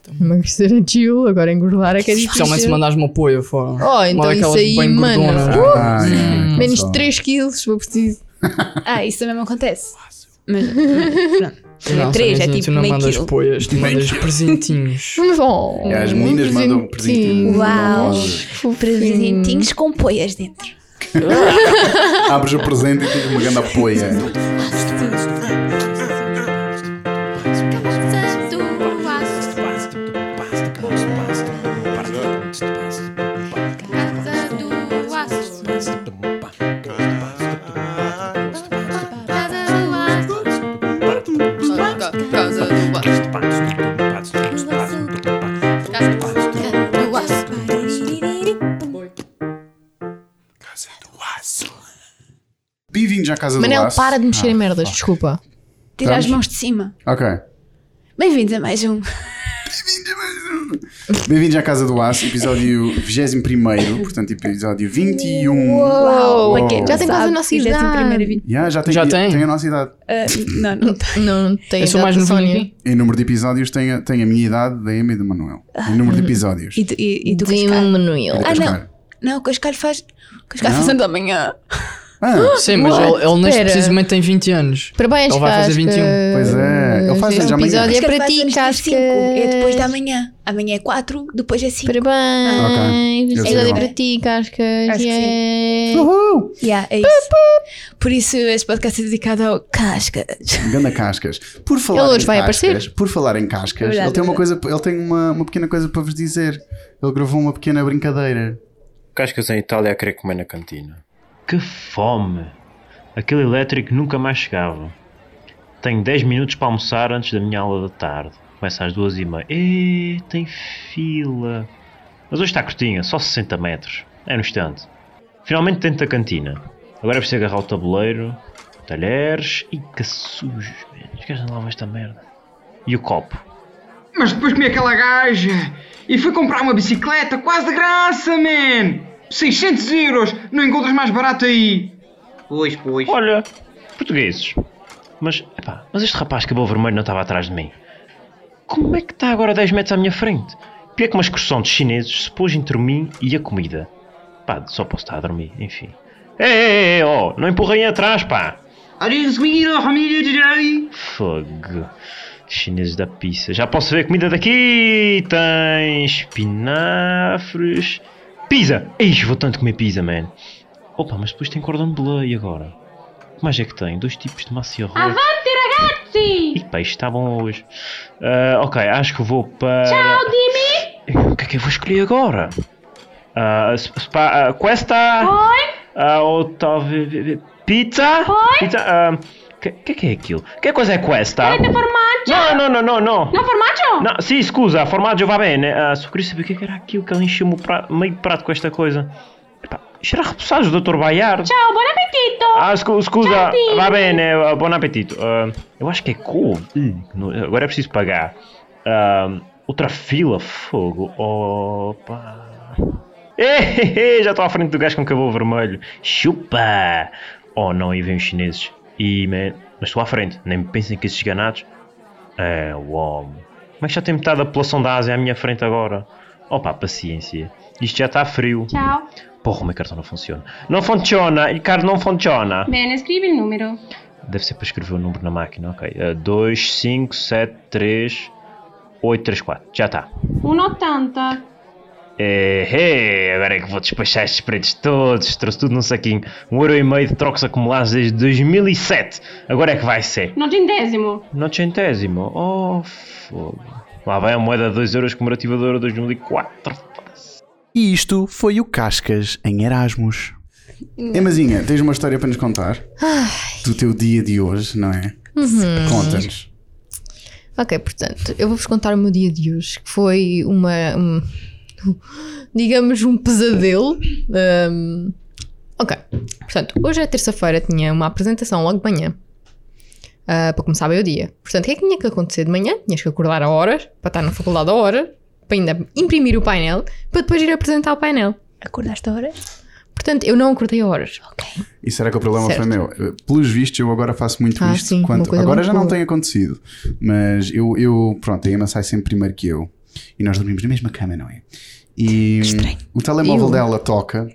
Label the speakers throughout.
Speaker 1: Então, Emagrecer é chill, agora engordar é que é difícil.
Speaker 2: Especialmente se mandares uma poia fora.
Speaker 1: Oh, então
Speaker 2: Uma
Speaker 1: isso
Speaker 2: daquelas
Speaker 1: aí,
Speaker 2: bem
Speaker 1: mano.
Speaker 2: gordonas.
Speaker 1: uh,
Speaker 3: Ah, é, é, é,
Speaker 1: menos
Speaker 3: só.
Speaker 1: 3 quilos, vou preciso.
Speaker 4: Ah, isso também acontece. Mas,
Speaker 2: Não,
Speaker 4: três,
Speaker 2: Sónia,
Speaker 4: é
Speaker 2: tu-
Speaker 4: tipo
Speaker 2: Tu não
Speaker 4: meio
Speaker 2: mandas
Speaker 4: quilo.
Speaker 2: poias, tu mandas presentinhos.
Speaker 1: Mas bom.
Speaker 3: É, as meninas mandam
Speaker 1: um
Speaker 3: presentinhos.
Speaker 4: Uau.
Speaker 1: Fofinho.
Speaker 4: presentinhos com poias dentro.
Speaker 3: Abres o presente e tens uma grande apoia. Bem-vindos à casa do
Speaker 1: Manel,
Speaker 3: Laço.
Speaker 1: para de mexer em
Speaker 3: Ah,
Speaker 1: merdas, desculpa.
Speaker 4: Tira as
Speaker 3: Estamos?
Speaker 4: mãos de cima.
Speaker 3: Ah, Ok.
Speaker 4: Bem-vindos a mais um.
Speaker 3: Bem-vindos à Casa do Laço, episódio 21, portanto, episódio 21.
Speaker 1: Uau.
Speaker 3: Uau.
Speaker 4: Para quem
Speaker 3: Já
Speaker 1: tem
Speaker 4: não
Speaker 1: quase a
Speaker 4: é sabe,
Speaker 1: nossa
Speaker 4: 21ª
Speaker 1: idade.
Speaker 4: vida-
Speaker 3: Yeah, já tem,
Speaker 2: Já tem?
Speaker 3: a nossa idade.
Speaker 4: Ah, não, não.
Speaker 1: Não, não tem.
Speaker 2: Eu sou
Speaker 1: idade
Speaker 2: mais
Speaker 1: da
Speaker 2: novinho
Speaker 1: Sónia.
Speaker 2: aqui.
Speaker 3: Em número de episódios, tem a, tem a minha idade, da Emma e do Manuel.
Speaker 1: Ah.
Speaker 3: Em número de episódios.
Speaker 4: E tu, e, e tu Cascalho?
Speaker 1: Diminuiu.
Speaker 3: Do
Speaker 4: Ah,
Speaker 3: Cascalho.
Speaker 4: não. Não, o Cascalho faz. O Cascalho
Speaker 3: Não?
Speaker 4: faz da manhã.
Speaker 3: Ah,
Speaker 2: Sim, mas
Speaker 1: What?
Speaker 2: ele, ele neste
Speaker 1: Espera.
Speaker 2: preciso momento tem 20 anos.
Speaker 1: Parabéns,
Speaker 3: Então
Speaker 2: Ele vai fazer
Speaker 1: Casca.
Speaker 2: 21.
Speaker 3: Pois é, ele faz
Speaker 1: Este
Speaker 3: anos amanhã.
Speaker 1: episódio é
Speaker 4: Cascalho
Speaker 1: para
Speaker 4: faz anos
Speaker 1: ti,
Speaker 4: dia
Speaker 1: Casca.
Speaker 4: cinco, É depois da manhã. Amanhã é 4, depois é 5.
Speaker 1: Parabéns,
Speaker 3: Ok.
Speaker 1: este
Speaker 3: Eu sei
Speaker 1: episódio é
Speaker 3: lá.
Speaker 1: para ti, Casca.
Speaker 4: Acho que
Speaker 1: Yeah.
Speaker 3: Uhul!
Speaker 4: Yeah, é isso. Por isso este podcast é dedicado ao Casca.
Speaker 3: Ganda Cascas. Por falar
Speaker 1: Ele hoje
Speaker 3: em
Speaker 1: vai
Speaker 3: cascas,
Speaker 1: aparecer.
Speaker 3: Por falar em cascas,
Speaker 4: Verdade,
Speaker 3: ele tem, uma,
Speaker 4: verdade.
Speaker 3: coisa, ele tem uma, uma pequena coisa para vos dizer. Ele gravou uma pequena brincadeira.
Speaker 5: Cascas em Itália é a querer comer na cantina.
Speaker 6: Que fome! Aquele elétrico nunca mais chegava. Tenho 10 minutos para almoçar antes da minha aula da tarde. Começa às duas e meia. E tem fila. Mas hoje está curtinha, só 60 metros. É no instante. Finalmente dentro da cantina. Agora é preciso agarrar o tabuleiro, talheres e que sujos, man. Os gajos não lavam esta merda. E o copo.
Speaker 7: Mas depois comi aquela gaja e fui comprar uma bicicleta quase de graça, man! 600 euros! Não encontras mais barato aí! Pois, pois.
Speaker 6: Olha, portugueses. Mas, epá, mas este rapaz que acabou vermelho não estava atrás de mim. Como é que está agora 10 metros à minha frente? Pior que uma excursão de chineses se pôs entre mim e a comida. Pá, só posso estar a dormir, enfim. Ei, ei, ei, oh, não empurrem atrás, pá!
Speaker 7: Adeus, comida, família de Jai.
Speaker 6: Fogo. Chineses da pizza. Já posso ver a comida daqui. Tens espinafres. Pizza. Ixi, vou tanto comer pizza, man. Opa, mas depois tem cordão bleu e agora? Que mais é que tem? Dois tipos de massa roxa. Avante, ragazzi! E peixe, está tá bom hoje. Ah, ok, acho que vou para... Tchau, Dimi! O que é que eu vou escolher agora? Ah, s- spa, ah, questa... Ah, ou talvez. Pizza? Pizza? ah, que, que que é aquilo? Que coisa é questa? formaggio! No, no, no, no, no! No formaggio? é No, sì, scusa, formaggio va bene. Ah, su Cristo, perché era aquilo que ele encheu o pra- meio prato com esta coisa? Epá, cheira a repousados, Dr. Baiar. Tchau, buon appetito! Ah, scu- scusa, va bene, ah, buon appetito. Ah, eu acho que é couve. Hum, no- agora é preciso pagar. Ah, outra fila, fogo. Opa! Eh, Ei, já estou à frente do gajo com o cabelo vermelho. Chupa! Oh não, aí vem os chineses. E, man, mas estou à frente. Nem pensem que esses ganados. É, o homem. Como é que já tem metade da população da Ásia à minha frente agora? Oh, Opa, paciência. Isto já está frio.
Speaker 8: Ciao,
Speaker 6: Porra, o meu cartão não funciona. Não funciona! Il card não funciona!
Speaker 8: bene, scrivi il numero.
Speaker 6: Deve ser para escrever o número na máquina, ok. Eh, 2, 5, 7, 3, 8, 3, 4. Já tá. está.
Speaker 8: 1,80.
Speaker 6: Ehê, agora é que vou despachar estes pretos todos, trouxe tudo num saquinho. Um euro e meio de trocos acumulados desde 2007. Agora é que vai ser.
Speaker 8: Nocentesimo.
Speaker 6: No centésimo. Oh, fogo. Lá vai a moeda de 2 euros comemorativa do euro 2004.
Speaker 3: E isto foi o Cascas em Erasmus.
Speaker 1: Uhum.
Speaker 3: Emazinha, tens uma história para nos contar? Do teu dia de hoje, não é?
Speaker 1: Uhum.
Speaker 3: Conta-nos.
Speaker 1: Ok, portanto, eu vou-vos contar o meu dia de hoje, que foi uma. um- digamos, um pesadelo. Um, ok, portanto, hoje é terça-feira, tinha uma apresentação logo de manhã. ah, para começar bem o dia. Portanto, o que é que tinha que acontecer de manhã? Tinhas que acordar a horas, para estar na faculdade a horas, para ainda imprimir o painel, para depois ir apresentar o painel.
Speaker 4: Acordaste a horas?
Speaker 1: Portanto, eu não acordei a horas. Ok.
Speaker 3: E será que o problema foi meu? Eh, Pelos vistos, eu agora faço muito
Speaker 1: Ah,
Speaker 3: isto.
Speaker 1: sim, uma
Speaker 3: quanto-
Speaker 1: coisa
Speaker 3: Agora
Speaker 1: muito
Speaker 3: já não
Speaker 1: boa.
Speaker 3: tem acontecido. Mas eu, eu- pronto, a Emma sai sempre primeiro que eu. E nós dormimos na mesma cama, não é? E
Speaker 4: estranho.
Speaker 3: o telemóvel
Speaker 1: Eu-
Speaker 3: dela toca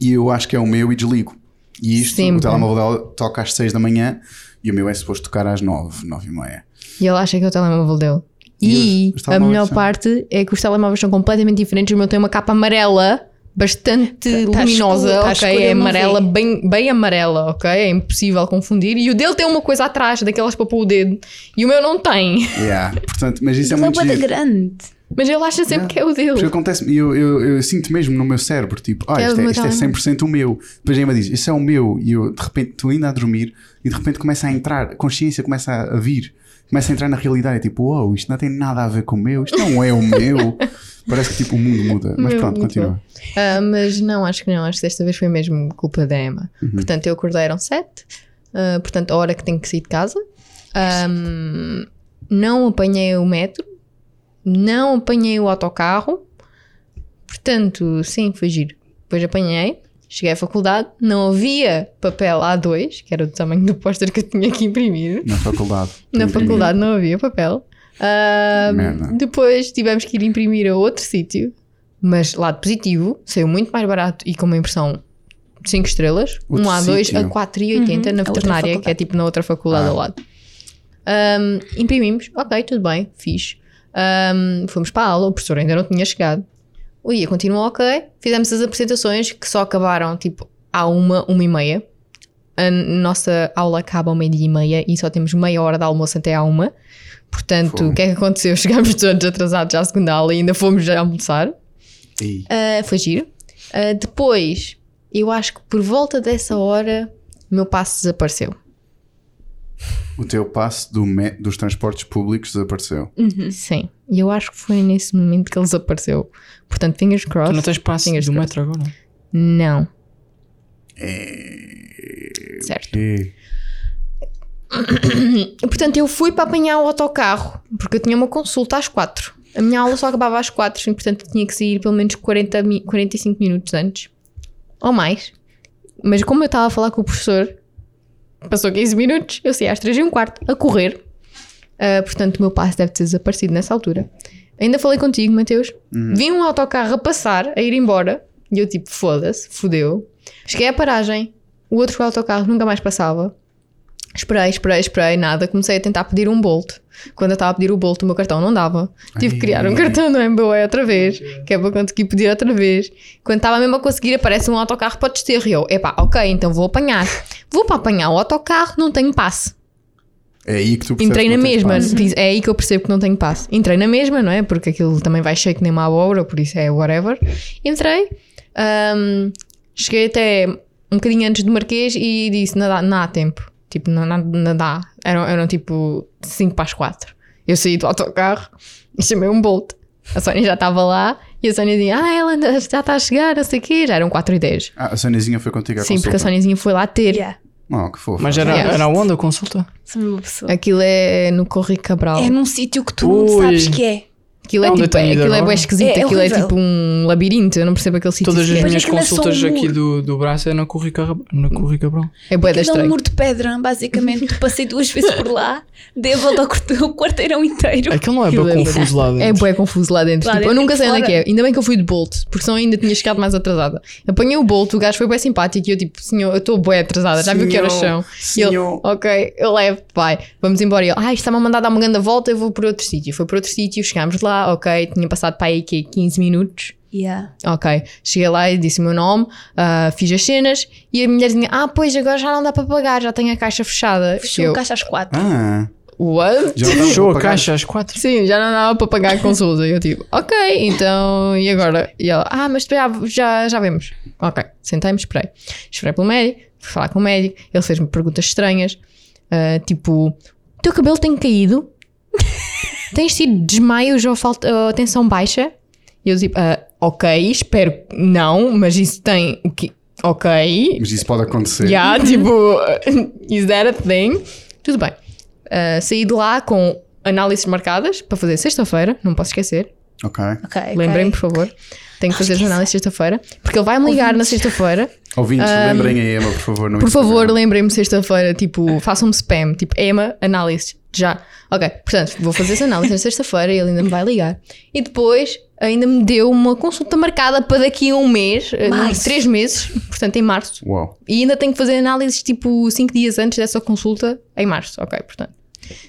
Speaker 3: e eu acho que é o meu e desligo. E isto,
Speaker 1: Sempre.
Speaker 3: o telemóvel dela toca às 6 da manhã e o meu é suposto tocar às 9, 9 e meia.
Speaker 1: E ele acha que é o telemóvel dele.
Speaker 3: E
Speaker 1: E
Speaker 3: os- os
Speaker 1: a
Speaker 3: telemóveis
Speaker 1: melhor
Speaker 3: são-
Speaker 1: parte é que os telemóveis são completamente diferentes. O meu tem uma capa amarela, bastante
Speaker 4: Tá- tá
Speaker 1: luminosa,
Speaker 4: escuro, tá
Speaker 1: ok?
Speaker 4: escuro,
Speaker 1: é
Speaker 4: eu não
Speaker 1: amarela,
Speaker 4: vi.
Speaker 1: bem, bem amarela, ok? É impossível confundir. E o dele tem uma coisa atrás, daquelas para pôr o dedo. E o meu não tem.
Speaker 3: Yeah. Portanto, mas isso é
Speaker 4: Ele é
Speaker 3: muito
Speaker 4: bué da
Speaker 3: giro.
Speaker 4: grande.
Speaker 1: Mas ele acha sempre
Speaker 3: Yeah.
Speaker 1: que é o
Speaker 3: Porque
Speaker 1: dele.
Speaker 3: acontece, eu, eu, eu sinto mesmo no meu cérebro, tipo, ah,
Speaker 1: É
Speaker 3: isto
Speaker 1: o
Speaker 3: é,
Speaker 1: meu
Speaker 3: isto é
Speaker 1: telemóvel.
Speaker 3: 100% o meu. Depois a Emma diz, isso é o meu. E eu, de repente, estou ainda a dormir e de repente começa a entrar, a consciência começa a vir, começa a entrar na realidade. É tipo, uau, isto não tem nada a ver com o meu, isto não é o meu. Parece que tipo o mundo muda. Mas
Speaker 1: Meu,
Speaker 3: pronto,
Speaker 1: muito
Speaker 3: continua.
Speaker 1: bom. Ah, mas não, acho que não. Acho que desta vez foi mesmo culpa da Emma. Portanto, eu acordei eram sete. ah, portanto, a hora que tenho que sair de casa. Ahm, não apanhei o metro. Não apanhei o autocarro. Portanto, sim, foi giro. Depois apanhei. Cheguei à faculdade. Não havia papel A2, que era o tamanho do póster que eu tinha que imprimir.
Speaker 3: Na faculdade.
Speaker 1: Na
Speaker 3: Imprimir.
Speaker 1: faculdade Um, não havia papel. Ahm,
Speaker 3: Merda.
Speaker 1: depois tivemos que ir imprimir a outro sítio, mas lado positivo, saiu muito mais barato e com uma impressão 5 estrelas,
Speaker 3: Outro
Speaker 1: um A2 a
Speaker 3: sítio.
Speaker 1: 4,80
Speaker 4: Uhum,
Speaker 1: na
Speaker 4: a outra
Speaker 1: veterinária, que é
Speaker 4: faculdade.
Speaker 1: tipo na outra faculdade
Speaker 3: Ah.
Speaker 1: ao lado. Ahm, imprimimos, ok, tudo bem, fiz. fomos para a aula, o professor ainda não tinha chegado. O ia continuou ok, fizemos as apresentações que só acabaram tipo à uma, uma e meia. A nossa aula acaba ao meio-dia e meia e só temos meia hora de almoço até à uma. Portanto, o que é que aconteceu? Chegámos todos atrasados à segunda aula e ainda fomos já almoçar.
Speaker 3: E-
Speaker 1: Ah, foi giro. Ah, depois, eu acho que por volta dessa hora, o meu passo desapareceu.
Speaker 3: O teu passo do me- dos transportes públicos desapareceu.
Speaker 2: Hum.
Speaker 1: Sim. E eu acho que foi nesse momento que ele desapareceu. Portanto, fingers
Speaker 2: Tu
Speaker 1: crossed.
Speaker 2: não tens passo
Speaker 1: Fingers
Speaker 2: do
Speaker 1: crossed.
Speaker 2: metro agora?
Speaker 1: Não. Certo.
Speaker 3: E-
Speaker 1: Portanto, eu fui para apanhar o autocarro, porque eu tinha uma consulta às quatro. A minha aula só acabava às quatro, e, portanto, eu tinha que sair pelo menos 40, mi- 45 minutos antes. Ou mais. Mas como eu estava a falar com o professor, passou 15 minutos, eu saí às três e um quarto, a correr. Ah, portanto, o meu passo deve ter desaparecido nessa altura. Ainda falei contigo, Mateus. Vi um autocarro a passar, a ir embora. E eu tipo, foda-se, fodeu. Cheguei à paragem. O outro autocarro nunca mais passava. Esperei, esperei, esperei, nada. Comecei a tentar pedir um Bolt. Quando eu estava a pedir o Bolt, o meu cartão não dava. Tive que criar um cartão do MBWay outra vez, que é para conseguir pedir outra vez. Quando estava mesmo a conseguir, aparece um autocarro para o desterro. E eu, epá, ok, então vou apanhar. Vou para apanhar o autocarro, não tenho passe.
Speaker 3: É aí que tu percebes
Speaker 1: Entrei
Speaker 3: que
Speaker 1: na
Speaker 3: não tens
Speaker 1: mesma,
Speaker 3: passo.
Speaker 1: fiz- é aí que eu percebo que não tenho passo. Entrei na mesma, não é? Porque aquilo também vai cheio que nem uma abóbora, por isso é whatever. Entrei, ahm, cheguei até um bocadinho antes do Marquês e disse: não dá, não há tempo. Tipo, não, não, não dá. Eram, eram tipo 5 para as 4. Eu saí do autocarro e chamei um Bolt. A Sónia já estava lá e a Sónia dizia: Ah, ela ainda já está a chegar, não sei o quê. Já eram 4 e 10.
Speaker 3: Ah, a Soniazinha foi contigo à
Speaker 1: Sim, porque
Speaker 3: consulta.
Speaker 1: a Soniazinha foi lá ter.
Speaker 4: Yeah.
Speaker 3: Oh, que fofo.
Speaker 2: Mas era,
Speaker 1: Yeah.
Speaker 2: era onde a consulta?
Speaker 4: Sou uma pessoa.
Speaker 1: Aquilo é no Corrigo Cabral.
Speaker 4: É num sítio que tu não
Speaker 2: Ui.
Speaker 4: sabes que é.
Speaker 1: Aquilo é,
Speaker 2: Onde
Speaker 1: tipo,
Speaker 2: eu tenho ido
Speaker 1: aquilo é
Speaker 2: agora?
Speaker 1: bem esquisito,
Speaker 4: É, é
Speaker 1: aquilo é
Speaker 4: horrível.
Speaker 1: tipo um labirinto, eu não percebo aquele sítio.
Speaker 2: Todas as
Speaker 1: sequer.
Speaker 4: Mas
Speaker 2: minhas
Speaker 4: aquilo é só um
Speaker 2: consultas
Speaker 4: muro.
Speaker 2: aqui do, do braço é na Corrica, na Corrica Cabral.
Speaker 1: É bué da
Speaker 4: Aquilo é um
Speaker 1: estranho.
Speaker 4: muro de pedra, basicamente. Tu passei duas vezes por lá, dei a volta ao quarte- ao quarteirão inteiro.
Speaker 2: Aquilo não é
Speaker 1: Aquilo
Speaker 2: bem
Speaker 1: é
Speaker 2: confuso lá dentro.
Speaker 1: É bué confuso lá dentro.
Speaker 4: Lá
Speaker 1: tipo, eu
Speaker 4: dentro
Speaker 1: nunca
Speaker 4: e
Speaker 1: sei onde é
Speaker 4: fora.
Speaker 1: que é. Ainda bem que eu fui de Bolt, porque senão ainda tinha chegado mais atrasada. Apanhei o Bolt, o gajo foi bué simpático e eu tipo, senhor, eu estou bué atrasada, já viu que horas são? E ele,
Speaker 3: Senhor.
Speaker 1: ok, eu levo, vai, vamos embora. E ele, ah, isto está-me a mandar dar uma grande volta, eu vou por outro sítio. Foi por outro sítio, chegámos lá, ok, tinha passado para aí que 15 minutos.
Speaker 4: Yeah.
Speaker 1: Ok, cheguei lá e disse o meu nome, ah, fiz as cenas e a mulherzinha, ah, pois agora já não dá para pagar, já tenho a caixa fechada.
Speaker 4: Fechou
Speaker 1: eu,
Speaker 4: o caixa às quatro.
Speaker 3: Ah,
Speaker 1: What?
Speaker 3: já dava
Speaker 2: Fechou
Speaker 3: para
Speaker 2: a
Speaker 3: pagar.
Speaker 2: caixa às quatro.
Speaker 1: Sim, já não dava para pagar a consulta. E eu tipo, ok, então e agora? E ela, ah, mas já, já, já vemos. Ok, sentei-me, esperei. Esperei pelo médico, fui falar com o médico, ele fez-me perguntas estranhas, ah, tipo, o teu cabelo tem caído? Tens tido desmaios ou, falta, ou tensão baixa? E eu tipo, ah, ok, espero que não, mas isso tem o quê? Ok,
Speaker 3: Mas isso pode acontecer.
Speaker 1: Yeah, tipo, is that a thing? Tudo bem. Uh, saí de lá com análises marcadas para fazer sexta-feira, não posso esquecer.
Speaker 3: Ok.
Speaker 4: Ok. ok.
Speaker 1: Lembrem-me, por favor. Tenho que fazer as análises sexta-feira, porque ele vai me ligar na sexta-feira.
Speaker 3: Ouvintes, lembrem a Emma, por favor. no
Speaker 1: Um, Por favor,
Speaker 3: Instagram.
Speaker 1: lembrem-me sexta-feira, tipo, façam-me spam, tipo, Emma, análises. Já. Ok, portanto, vou fazer essa análise na sexta-feira e ele ainda me vai ligar. E depois ainda me deu uma consulta marcada para daqui a um mês, eh,
Speaker 4: Março.
Speaker 1: três meses, portanto, em março.
Speaker 3: Uau.
Speaker 1: E ainda tenho que fazer análises tipo cinco dias antes dessa consulta, em março. Ok, portanto.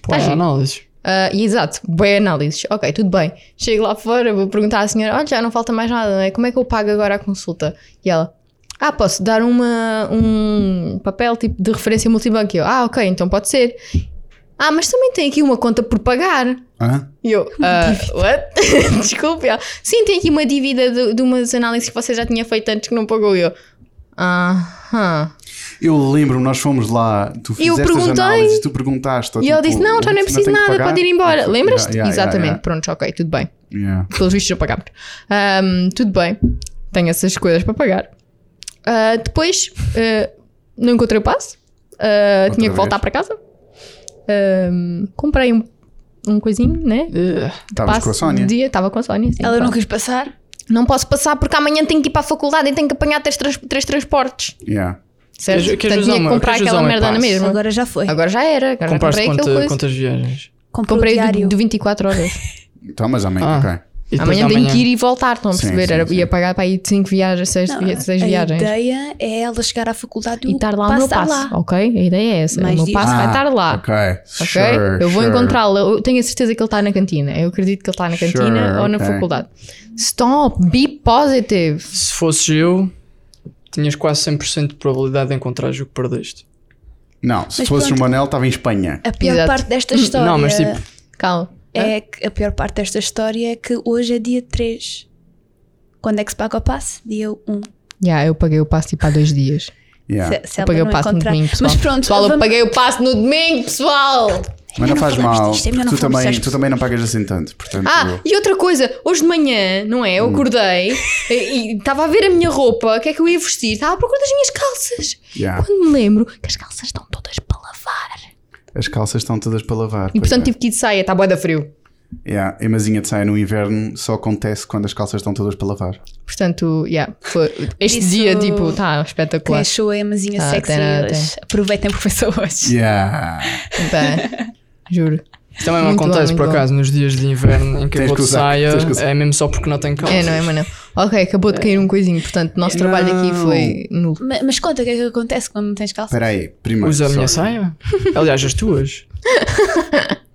Speaker 2: Pô,
Speaker 1: giro.
Speaker 2: análises.
Speaker 1: Ah, e exato, bem análises. Ok, tudo bem. Chego lá fora, vou perguntar à senhora: olha, já não falta mais nada, não é? Como é que eu pago agora a consulta? E ela: ah, posso dar uma, um papel tipo de referência multibanco? E eu: ah, ok, então pode ser. Ah, mas também tem aqui uma conta por pagar.
Speaker 3: Hã?
Speaker 1: E eu, ah, what? Desculpe. ela, Sim, tem aqui uma dívida de, de umas análises que você já tinha feito antes que não pagou. E eu, aham.
Speaker 3: Eu lembro-me, nós fomos lá, tu
Speaker 1: E eu
Speaker 3: fizeste as
Speaker 1: perguntei.
Speaker 3: análises, tu perguntaste. tá tipo,
Speaker 1: E ela disse, não, já não é preciso nada, pode ir embora. Lembras-te? Exatamente,
Speaker 3: Exatamente.
Speaker 1: pronto, ok, tudo bem. Pelos vistos já pagámos. Ahm, tudo bem, tenho essas coisas para pagar. Ah, depois, ah, não encontrei o passe. Ah,
Speaker 3: Outra
Speaker 1: tinha que
Speaker 3: vez.
Speaker 1: voltar para casa. Ahm, comprei um, um coisinho, né?
Speaker 3: Estavas com a
Speaker 1: Passe de
Speaker 3: Sónia.
Speaker 1: dia, estava com a Sónia. sim,
Speaker 4: Ela
Speaker 1: pronto.
Speaker 4: não quis passar?
Speaker 1: Não posso passar porque amanhã tenho que ir para a faculdade e tenho que apanhar três, trans- três transportes.
Speaker 3: Yeah.
Speaker 1: Certo?
Speaker 2: Queres- queres
Speaker 1: Portanto,
Speaker 2: usar
Speaker 1: tinha que
Speaker 2: uma-
Speaker 1: comprar
Speaker 2: queres usar
Speaker 1: aquela
Speaker 2: uma
Speaker 1: merda na
Speaker 2: passe?
Speaker 1: mesma.
Speaker 4: Agora já foi.
Speaker 1: Agora já era, agora já
Speaker 2: Compraste
Speaker 1: comprei aquela
Speaker 2: quantas,
Speaker 1: coisa.
Speaker 2: quantas viagens?
Speaker 4: Comprei,
Speaker 1: Comprei
Speaker 4: o
Speaker 1: do,
Speaker 4: diário.
Speaker 1: do 24 horas.
Speaker 3: Então, mas amém,
Speaker 2: Ah.
Speaker 3: ok.
Speaker 2: E depois
Speaker 1: amanhã
Speaker 2: da
Speaker 1: tenho
Speaker 2: manhã?
Speaker 1: que ir e voltar, estão a
Speaker 3: Sim,
Speaker 1: perceber?
Speaker 3: sim,
Speaker 1: Era-
Speaker 3: sim.
Speaker 1: Ia pagar para aí 5 viagens, 6
Speaker 4: Não, a
Speaker 1: viagens.
Speaker 4: ideia é ela chegar à faculdade
Speaker 1: E estar lá o meu passo,
Speaker 4: lá.
Speaker 1: ok? A ideia é essa.
Speaker 4: Mais
Speaker 1: o meu
Speaker 4: disso.
Speaker 1: passo vai estar lá.
Speaker 3: Ah, Ok.
Speaker 1: Ok?
Speaker 3: Sure,
Speaker 1: eu vou
Speaker 3: sure.
Speaker 1: encontrá-lo. Eu tenho a certeza que ele está na cantina. Eu acredito que ele está na
Speaker 3: Sure,
Speaker 1: cantina ou na
Speaker 3: ok.
Speaker 1: faculdade. Stop, be positive.
Speaker 2: Se fosse eu, tinhas quase 100% de probabilidade de encontrar o que perdeste.
Speaker 3: Não, se
Speaker 4: Mas
Speaker 3: fosses o
Speaker 4: pronto.
Speaker 3: Manel, estava em Espanha.
Speaker 4: A pior
Speaker 1: Exato. Hum,
Speaker 4: parte desta história
Speaker 2: Não, mas tipo,
Speaker 1: Calma.
Speaker 4: é que a pior parte desta história é que hoje é dia 3. Quando é que se paga o passe? Dia 1.
Speaker 1: Yeah, eu paguei o passo tipo há dois dias.
Speaker 3: Yeah.
Speaker 4: Se,
Speaker 1: É. Eu
Speaker 4: se ela
Speaker 1: paguei
Speaker 4: não
Speaker 1: o passo no
Speaker 4: encontrar.
Speaker 1: domingo, pessoal.
Speaker 4: Mas pronto,
Speaker 1: pessoal, eu
Speaker 4: vamos-
Speaker 1: paguei o passo no domingo, pessoal!
Speaker 3: Mas
Speaker 4: Ainda
Speaker 3: não faz
Speaker 4: falamos
Speaker 3: mal,
Speaker 4: disto,
Speaker 3: porque
Speaker 4: ainda não
Speaker 3: tu
Speaker 4: falamos
Speaker 3: também,
Speaker 4: disto.
Speaker 3: tu também não pagas assim tanto. Portanto,
Speaker 1: Ah, e outra coisa, hoje de manhã, não é? Eu
Speaker 3: Hum.
Speaker 1: acordei e e estava a ver a minha roupa, o que é que eu ia vestir? Estava à procura das minhas calças.
Speaker 3: yeah.
Speaker 1: Quando me lembro que as calças estão todas para lavar.
Speaker 3: as calças estão todas para lavar.
Speaker 1: E
Speaker 3: pois
Speaker 1: portanto
Speaker 3: é.
Speaker 1: tive que ir de saia, está boa da frio.
Speaker 3: Yeah, a mazinha de saia no inverno só acontece quando as calças estão todas para lavar.
Speaker 1: Portanto, yeah, foi- este
Speaker 4: Isso-
Speaker 1: dia, tipo, está
Speaker 4: Quem
Speaker 1: espetacular.
Speaker 4: achou a emazinha
Speaker 1: Ah,
Speaker 4: sexy
Speaker 1: tem nada,
Speaker 4: hoje? Aproveitem porque foi só hoje.
Speaker 3: Yeah.
Speaker 1: Tá. Juro.
Speaker 2: isso também não
Speaker 1: Muito bom,
Speaker 2: acontece
Speaker 1: muito
Speaker 2: por
Speaker 1: bom.
Speaker 2: acaso nos dias de inverno em que
Speaker 3: Tens
Speaker 2: eu vou
Speaker 3: que
Speaker 2: de
Speaker 3: usar,
Speaker 2: saia,
Speaker 3: tens que usar.
Speaker 2: é mesmo só porque não tenho calças.
Speaker 1: É, não é, Manel? Ok, acabou de cair um coisinho, portanto, o nosso trabalho aqui foi nulo.
Speaker 4: Ma- Mas, conta o que é que acontece quando não tens calça.
Speaker 3: Espera aí, primeiro.
Speaker 2: Usa a minha
Speaker 3: só-
Speaker 2: saia? Aliás, as tuas.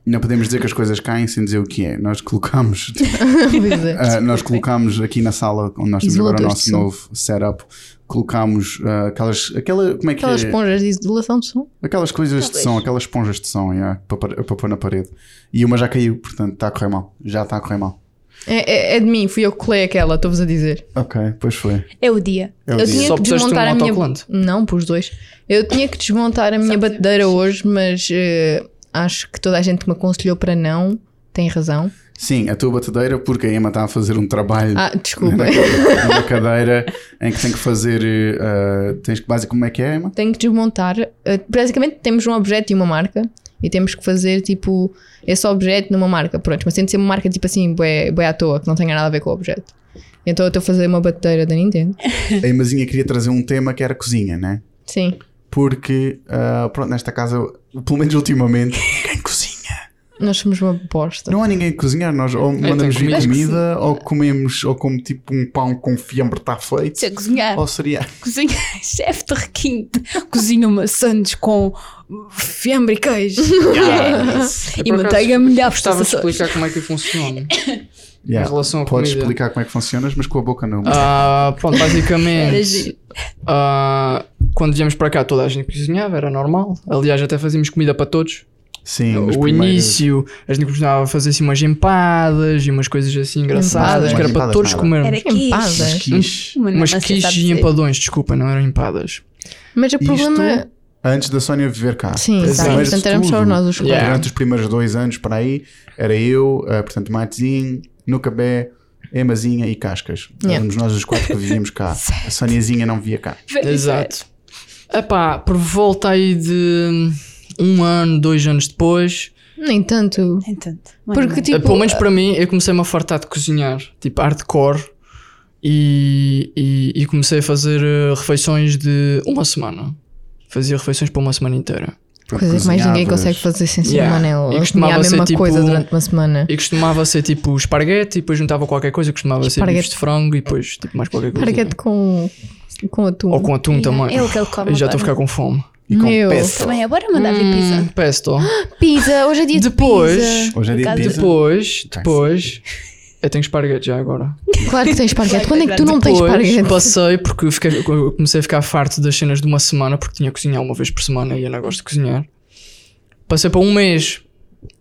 Speaker 3: Não podemos dizer que as coisas caem sem dizer o que é. Nós colocamos,
Speaker 1: Pois é.
Speaker 3: ah, nós colocamos aqui na sala onde nós temos agora o
Speaker 1: Isoladores
Speaker 3: nosso
Speaker 1: de som.
Speaker 3: novo setup, colocamos ah, aquelas, aquela, como é que
Speaker 1: Aquelas
Speaker 3: é?
Speaker 1: esponjas de isolação de som.
Speaker 3: Aquelas coisas de som, aquelas esponjas de som, yeah, para, par- para pôr na parede. E uma já caiu, portanto está a correr mal. Já está a correr mal.
Speaker 1: É, é- é de mim, fui eu que colei aquela, estou-vos a dizer.
Speaker 3: Ok, pois foi.
Speaker 4: É o dia.
Speaker 3: É o
Speaker 1: Eu
Speaker 3: dia.
Speaker 1: tinha
Speaker 2: Só
Speaker 1: que
Speaker 2: puseste
Speaker 1: desmontar
Speaker 2: um
Speaker 1: a minha.
Speaker 2: autocolante?
Speaker 1: Não, pus dois. Eu tinha que desmontar a minha batedeira hoje, mas eh, acho que toda a gente que me aconselhou para não. Tem razão.
Speaker 3: Sim, a tua batedeira, porque a Emma está a fazer um trabalho
Speaker 1: Ah, desculpa.
Speaker 3: na, ca- numa cadeira em que tem que fazer. eh, ah, tens que, basicamente, como é que é, Emma?
Speaker 1: Tenho que desmontar. eh, basicamente, temos um objeto e uma marca. E temos que fazer, tipo, esse objeto numa marca. Pronto, mas tem de ser uma marca, tipo assim, bué, bué à toa, que não tenha nada a ver com o objeto. Então eu estou a fazer uma batedeira da Nintendo.
Speaker 3: A Emazinha queria trazer um tema que era cozinha, né?
Speaker 1: Sim.
Speaker 3: Porque, ah, pronto, nesta casa, pelo menos ultimamente, ninguém cozinha.
Speaker 1: Nós somos uma bosta.
Speaker 3: Não há ninguém a cozinhar, nós ou
Speaker 2: Então,
Speaker 3: mandamos vir
Speaker 2: comidas que
Speaker 3: comida, ou comemos, ou como tipo um pão com fiambre está feito,
Speaker 4: Se eu cozinhar,
Speaker 3: ou seria.
Speaker 4: cozinha, chefe de requinte, cozinha maçãs com fiambre e queijo É e
Speaker 2: É Por acaso,
Speaker 4: manteiga molhada
Speaker 2: Gostava
Speaker 4: por
Speaker 2: de
Speaker 4: todas as-
Speaker 2: explicar como é que funciona.
Speaker 3: Yeah.
Speaker 2: Em relação à
Speaker 3: Podes
Speaker 2: comida.
Speaker 3: explicar como é que funcionas, mas com a boca não.
Speaker 2: Ah, pronto,
Speaker 4: Era
Speaker 2: basicamente.
Speaker 4: giro.
Speaker 2: ah, quando viemos para cá, toda a gente cozinhava, era normal. Aliás, até fazíamos comida para todos.
Speaker 3: Sim,
Speaker 2: o
Speaker 3: os primeiros-
Speaker 2: início, a gente costumava fazer assim umas empadas e umas coisas assim
Speaker 1: Empadas.
Speaker 2: engraçadas, que era para
Speaker 3: Empadas
Speaker 2: todos
Speaker 3: nada.
Speaker 2: comermos.
Speaker 4: Era quiche.
Speaker 1: Empada.
Speaker 3: os quiches.
Speaker 4: Uma
Speaker 2: Umas
Speaker 4: não sei se
Speaker 2: quiches
Speaker 4: sabe
Speaker 2: e
Speaker 4: dizer.
Speaker 2: empadões, desculpa, não eram empadas.
Speaker 1: Mas o
Speaker 3: Isto-
Speaker 1: problema. é,
Speaker 3: Antes da Sónia viver cá.
Speaker 1: Sim,
Speaker 3: Primeiro
Speaker 1: exato.
Speaker 3: de
Speaker 1: Portanto, éramos só
Speaker 3: tudo,
Speaker 1: nós os
Speaker 2: Yeah.
Speaker 3: Durante os primeiros dois anos, para aí, era eu, eh, portanto, Matezinho, Nucabé, Emazinha e Cascas.
Speaker 1: Yeah.
Speaker 3: Éramos nós os quatro que vivíamos cá. A Soniazinha não via cá.
Speaker 4: é.
Speaker 2: Exato. Epá, por volta aí de um ano, dois anos depois,
Speaker 1: Nem tanto.
Speaker 4: Entanto,
Speaker 1: Porque,
Speaker 4: porque
Speaker 1: tipo.
Speaker 2: pelo menos para mim, eu comecei-me a fartar de cozinhar, tipo hardcore, e, e, e comecei a fazer eh, refeições de uma semana. Fazia refeições para uma semana inteira.
Speaker 3: Pronto,
Speaker 1: Coisas que mais ninguém
Speaker 3: cozinhavas.
Speaker 1: consegue fazer sem ser
Speaker 2: Yeah.
Speaker 1: humano.
Speaker 2: E
Speaker 1: Eu comia
Speaker 2: costumava
Speaker 1: a
Speaker 2: ser
Speaker 1: mesma
Speaker 2: tipo-
Speaker 1: coisa durante uma semana.
Speaker 2: E costumava ser tipo esparguete e depois juntava qualquer coisa, costumava ser
Speaker 1: Esparguete.
Speaker 2: bifes de frango e depois tipo mais qualquer coisa.
Speaker 1: Paraquete com, com atum.
Speaker 2: Ou com atum também.
Speaker 4: É o que ele come
Speaker 2: Eu já estou a
Speaker 4: agora.
Speaker 2: ficar com fome.
Speaker 3: E com
Speaker 1: Meu.
Speaker 3: pesto.
Speaker 4: Também agora mandar vir
Speaker 2: Hum,
Speaker 4: pizza.
Speaker 2: pesto.
Speaker 1: Pizza, hoje é dia
Speaker 2: Depois-
Speaker 1: de
Speaker 3: Hoje é dia de
Speaker 4: Por
Speaker 3: pizza.
Speaker 2: Depois,
Speaker 4: Tá.
Speaker 2: depois. Eu tenho esparguete já agora.
Speaker 1: pizza. Claro que tens paraquete. Quando é que tu não tens
Speaker 2: Depois
Speaker 1: paraquete?
Speaker 2: passei porque eu fiquei- eu comecei a ficar farto das cenas de uma semana porque tinha que cozinhar uma vez por semana e eu não gosto de cozinhar. Passei para um mês.